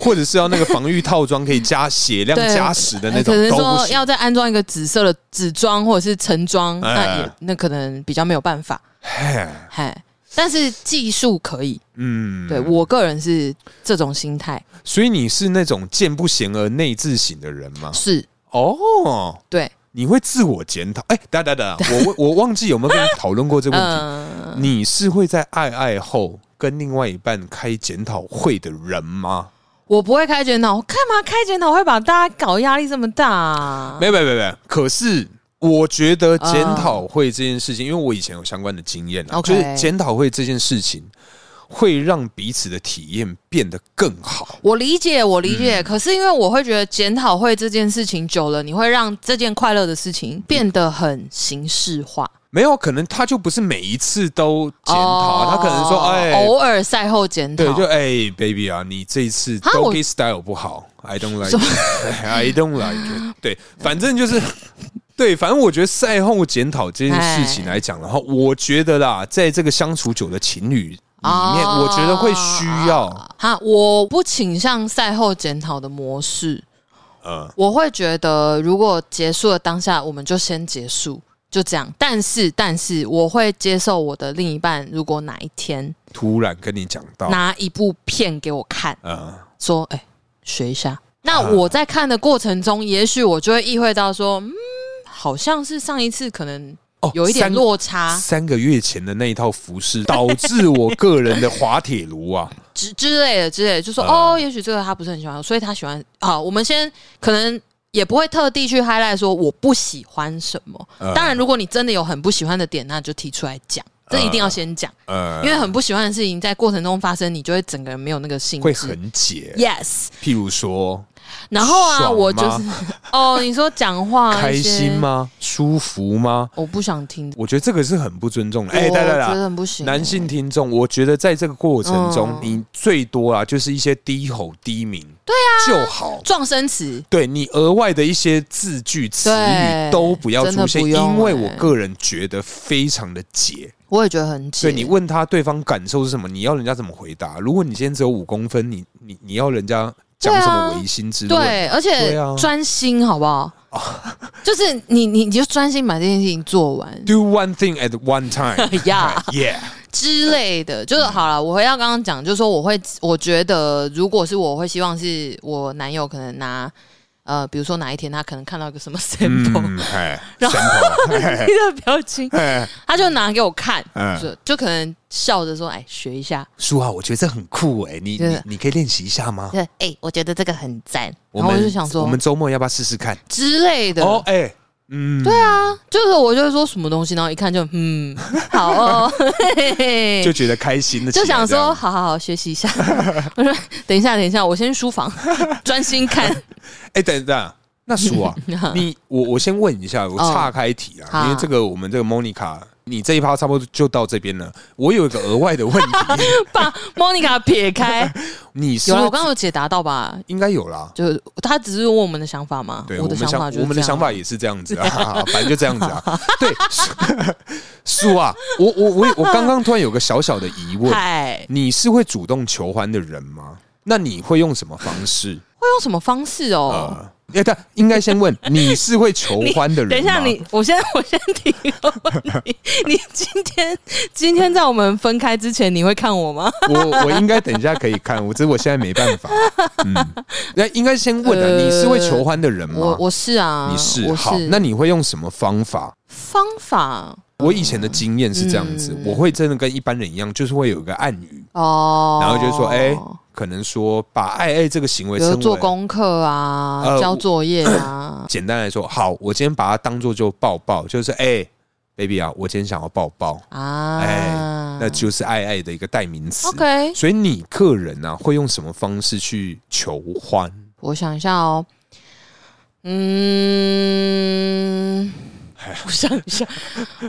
S1: 或者是要那个防御套装可以加血 量加十的那
S2: 可
S1: 种
S2: 能
S1: 都不
S2: 说
S1: 行。
S2: 要再安装一个紫色的紫装或者是橙装，
S1: 哎
S2: 那也那可能比较没有办法，
S1: 嘿
S2: 嘿。但是技术可以，
S1: 嗯，哦
S2: 对、我个人是这种心态，
S1: 所以你是那种见不贤而内自省的人吗？
S2: 是
S1: 哦，
S2: 对，
S1: 你会自我检讨？哎，等等等， 我我我忘记有没有跟你讨论过这个问题。
S2: 嗯，
S1: 你是会在爱爱后跟另外一半开检讨会的人吗？
S2: 我不会开检讨，干嘛开检讨会把大家搞压力这么大、啊？
S1: 没有没有没有没有，可是我觉得检讨会这件事情，因为我以前有相关的经验啊，
S2: OK
S1: 就是检讨会这件事情会让彼此的体验变得更好。
S2: 我理解，我理
S1: 嗯
S2: 解。可是因为我会觉得检讨会这件事情久了，你会让这件快乐的事情变得很形式化。
S1: 没有，可能他就不是每一次都检讨，他可能说，
S2: 哦
S1: 哎。
S2: 偶尔赛后检讨
S1: 对，，就哎、b a b y 啊，你这一次
S2: 哈我
S1: doggy style 不好，I don't like it，I don't like it。对，反正就是， 对，反正我觉得赛后检讨这件事情来讲的
S2: 哎
S1: 话，我觉得啦，在这个相处久的情侣里面，
S2: 哦
S1: 我觉得会需要，
S2: 哈，我不倾向赛后检讨的模式。
S1: 呃，
S2: 我会觉得，如果结束了当下，我们就先结束，就这样。但是，但是我会接受我的另一半，如果哪一天
S1: 突然跟你讲到，
S2: 拿一部片给我看，
S1: 呃，
S2: 说：“哎、学一
S1: 啊
S2: 下。”那我在看的过程中，也许我就会意会到说，嗯，好像是上一次可能
S1: 哦
S2: 有一点
S1: 三
S2: 落差
S1: 三个月前的那一套服饰，导致我个人的滑铁卢啊，
S2: 之之类的之类的，就说、
S1: 呃
S2: 哦，也许这个他不是很喜欢，所以他喜欢啊。我们先可能也不会特地去 highlight 说我不喜欢什么。
S1: 呃
S2: 当然，如果你真的有很不喜欢的点，那就提出来讲，这一定要先讲，
S1: 呃
S2: 因，为很不喜欢的事情在过程中发生，你就会整个人没有那个兴
S1: 会
S2: 致。
S1: 很解。
S2: Yes，
S1: 譬如说，
S2: 然后啊，
S1: 爽吗
S2: 我就是哦，你说讲话
S1: 开
S2: 一些
S1: 心？吗？舒服吗？
S2: 我不想听。
S1: 我觉得这个是很不尊重的。哎，
S2: 我
S1: 对对
S2: 觉
S1: 对
S2: 得，很不行。欸
S1: 男性听众，我觉得在这个过程中，
S2: 嗯
S1: 你最多啊就是一些低吼低鸣，对啊，就好。
S2: 撞声词，
S1: 对你额外的一些字句词语
S2: 对
S1: 都不要
S2: 真的
S1: 出现，
S2: 不用
S1: 因为
S2: 欸
S1: 我个人觉得非常的解。
S2: 我也觉得很
S1: 所
S2: 解。
S1: 以你问他对方感受是什么，你要人家怎么回答？如果你今天只有五公分，你你你要人家讲什么
S2: 对啊
S1: 违心之论？
S2: 对，而
S1: 对
S2: 且
S1: 啊哦
S2: 专心好不好？ 就是你你你就专心把这件事情做 完
S1: Do one thing at one time.
S2: 呀
S1: yeah，
S2: 之类的，就是好了。我回到刚刚讲，就是说我会，我觉得如果是我会希望是我男友可能拿呃，比如说哪一天他可能看到一个什么 sample，、
S1: 嗯，哎，
S2: 然后
S1: 神童哎
S2: 你的表 情，
S1: 哎
S2: 他就拿给我看，
S1: 嗯
S2: 就就可能笑着说：“哎，学一下。
S1: 舒浩，我觉得这很酷哎，你
S2: 对
S1: 你你可以练习一下”吗？
S2: 对，哎，我觉得这个很赞。
S1: 我
S2: 然后
S1: 们
S2: 我就想
S1: 我
S2: 说
S1: 们周末要不要试试看？
S2: 之类的，
S1: 哦，哎，嗯，对
S2: 对，啊，就是我就会说什么东西，然后一看就嗯，好哦，嘿嘿
S1: 就
S2: 嘿
S1: 觉得开心的，
S2: 就想说，好好好，学习一下。 我说等一下，等一下，我先去书房 专心看。
S1: 哎，等一下，那叔 啊，你我我先问一下，我
S2: 哦
S1: 岔开题啊，
S2: 好
S1: 因为这个我们这个 Monica，你这一趴差不多就到这边了。我有一个额外的问 题，
S2: 把 Monica 撇开，
S1: 你是
S2: 有
S1: 会
S2: 了，我刚刚有解答到吧？
S1: 应该有啦。
S2: 就他只是问我们的想法嘛，
S1: 对，
S2: 我的
S1: 们
S2: 想
S1: 想
S2: 法就是
S1: 我们的
S2: 这样
S1: 想法也是这样 子啊，反正就这样子啊。对， 叔叔啊，我我我我刚刚突然有个小小的疑问，
S2: 嗨，
S1: 你是会主动求欢的人吗？那你会用什么方式？
S2: 会用什么方式哦？
S1: 呃，哎，但应该先问你是会求
S2: 你
S1: 欢的人吗？
S2: 等一下你，我先 我先提一个问题，你 今天今天在我们分开之前，你会看 我吗？
S1: 我我应该等一下可以看，我只是我现在没办 法。嗯，那应该先问啊，
S2: 呃
S1: 你是会求欢的人
S2: 我
S1: 吗？
S2: 我是啊，
S1: 你是
S2: 我
S1: 好，那你会用什么方法？
S2: 方法
S1: 我以前的经验是这样子，
S2: 嗯
S1: 我会真的跟一般人一样，就是会有一个暗语，
S2: 哦，
S1: 然后就说，哎、可能说把爱爱这个行为
S2: 比
S1: 称
S2: 如
S1: 为
S2: 做功课啊，
S1: 呃，
S2: 交作业啊
S1: 简单来说，好，我今天把它当做就抱抱，就是哎、b a b y 啊，我今天想要抱抱，
S2: 啊，
S1: 哎那就是爱爱的一个代名词。
S2: OK。
S1: 所以你个人啊，会用什么方式去求欢？
S2: 我想一下哦，嗯， 我想一下，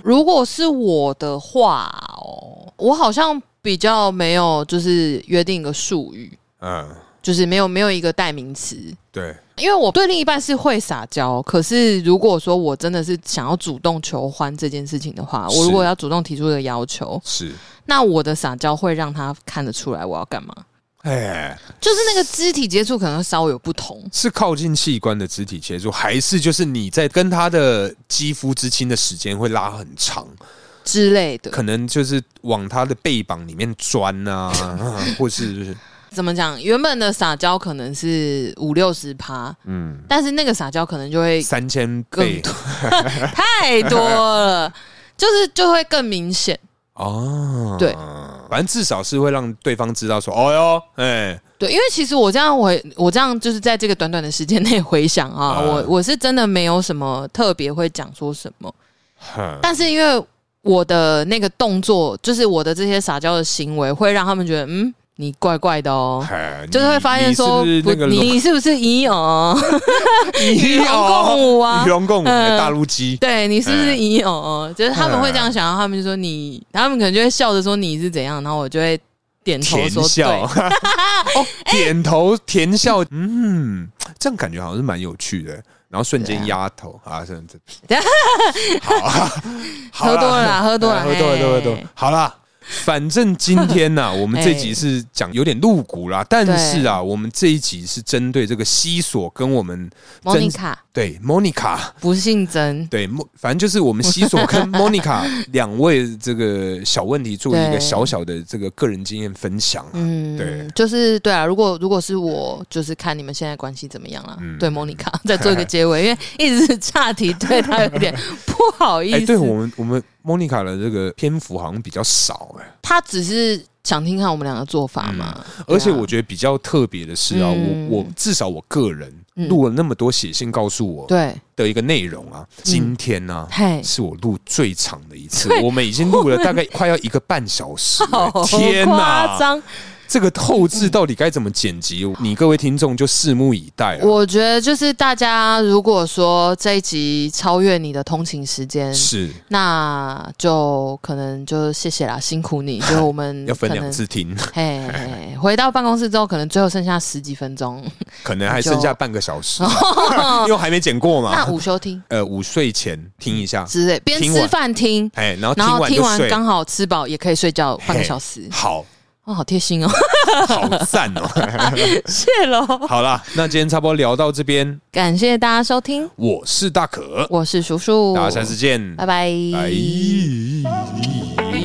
S2: 如果是我的话哦，我好像比较没有就是约定一个术语，
S1: 嗯，
S2: 就是没有没有一个代名词。
S1: 对，
S2: 因为我对另一半是会撒娇，可是如果说我真的是想要主动求欢这件事情的话，
S1: 是
S2: 我如果要主动提出这个要求，
S1: 是，
S2: 那我的撒娇会让他看得出来我要干嘛，
S1: 哎，
S2: 就是那个肢体接触可能稍微有不同。
S1: 是靠近器官的肢体接触，还是就是你在跟他的肌肤之亲的时间会拉很长，
S2: 之类的，
S1: 可能就是往他的背膀里面钻啊， 或是
S2: 怎么讲？原本的撒娇可能是五六十趴，
S1: 嗯
S2: 但是那个撒娇可能就会
S1: 三千
S2: 更
S1: 倍
S2: 多，太多 了，就是就会更明显。
S1: 哦，
S2: 对，
S1: 反正至少是会让对方知道说，哦哟，哎，
S2: 对，因为其实我这样回，我这样就是在这个短短的时间内回想啊，
S1: 啊
S2: 我我是真的没有什么特别会讲说什么，
S1: 哼
S2: 但是因为我的那个动作，就是我的这些撒娇的行为，会让他们觉得，嗯，你怪怪的哦。
S1: 哎
S2: 就是会发现说，
S1: 你你是不是那个
S2: 不
S1: 龙
S2: 你是不是咦哦，
S1: 与
S2: 与龙共舞啊
S1: 与龙共舞，哎
S2: 嗯
S1: 大陆鸡，
S2: 对你是不是
S1: 嗯
S2: 咦哦哦？就是他们会
S1: 哎
S2: 这样想，然后他们就说你，他们可能就会笑着说你是怎样，然后我就会点头
S1: 甜
S2: 说
S1: 笑，
S2: 对，
S1: 哦， 点头甜笑，嗯，这样感觉好像是蛮有趣的。然后瞬间
S2: 对
S1: 压头啊，这样子
S2: 对，
S1: 好啊，好
S2: 喝多了啦喝多了
S1: 哎喝多了，喝
S2: 嘿
S1: 多了，喝多了，好啦。反正今天呐、我们这集是讲有点露骨啦，但是啊，我们这一集是针对这个西索跟我们
S2: 莫妮卡
S1: 对 Monica
S2: 不姓曾，
S1: 对，莫反正就是我们西索跟 Monica 两位这个小问题做一个
S2: 对
S1: 小小的这个个人经验分享啊。
S2: 嗯，
S1: 对，
S2: 就是对啊。如果如果是我，就是看你们现在关系怎么样啦。
S1: 嗯
S2: 对，莫妮卡 再做一个 结尾，因为一直是岔题，对她有点不好意
S1: 哎、
S2: 思。
S1: 对我们我们 Monica 的这个篇幅好像比较少哎、
S2: 她只是想听看我们两个做法嘛。对啊
S1: 嗯而且我觉得比较特别的是啊，
S2: 嗯
S1: 我我至少我个人
S2: 嗯
S1: 录了那么多写信告诉我
S2: 对，嗯
S1: 的一个内容啊，今天呢、
S2: 嘿，
S1: 是我录最长的一次
S2: 对，
S1: 我们已经录了大概快要一个半小时、哎
S2: 好
S1: 天
S2: 夸
S1: 哪！
S2: 张，嗯
S1: 这个后置到底该怎么剪辑？你各位听众就拭目以待啊了。
S2: 我觉得就是大家如果说这一集超越你的通勤时间，
S1: 是
S2: 那就可能就谢谢啦，辛苦你。就我们
S1: 要分
S2: 嗯可能
S1: 两次听，
S2: 嘿，嘿嘿回到办公室之后，可能最后剩下十几分钟，
S1: 可能还剩下半个小时， 因为我还没剪过
S2: 那
S1: 嘛。
S2: 午休听
S1: 呃，午睡前听一下，
S2: 之类，边
S1: 听
S2: 吃
S1: 完
S2: 饭听，
S1: 哎，然后
S2: 然
S1: 听
S2: 后
S1: 完
S2: 听
S1: 就
S2: 完
S1: 睡。
S2: 刚好吃饱，也可以睡觉半
S1: 嘿
S2: 个小时。
S1: 好，
S2: 哇，好贴心哦，
S1: 好赞 哦！
S2: 谢喽，
S1: 好啦，那今天差不多聊到这边，
S2: 感谢大家收听，
S1: 我是大可，
S2: 我是叔叔，
S1: 大家下次见，
S2: 拜拜。
S1: 拜。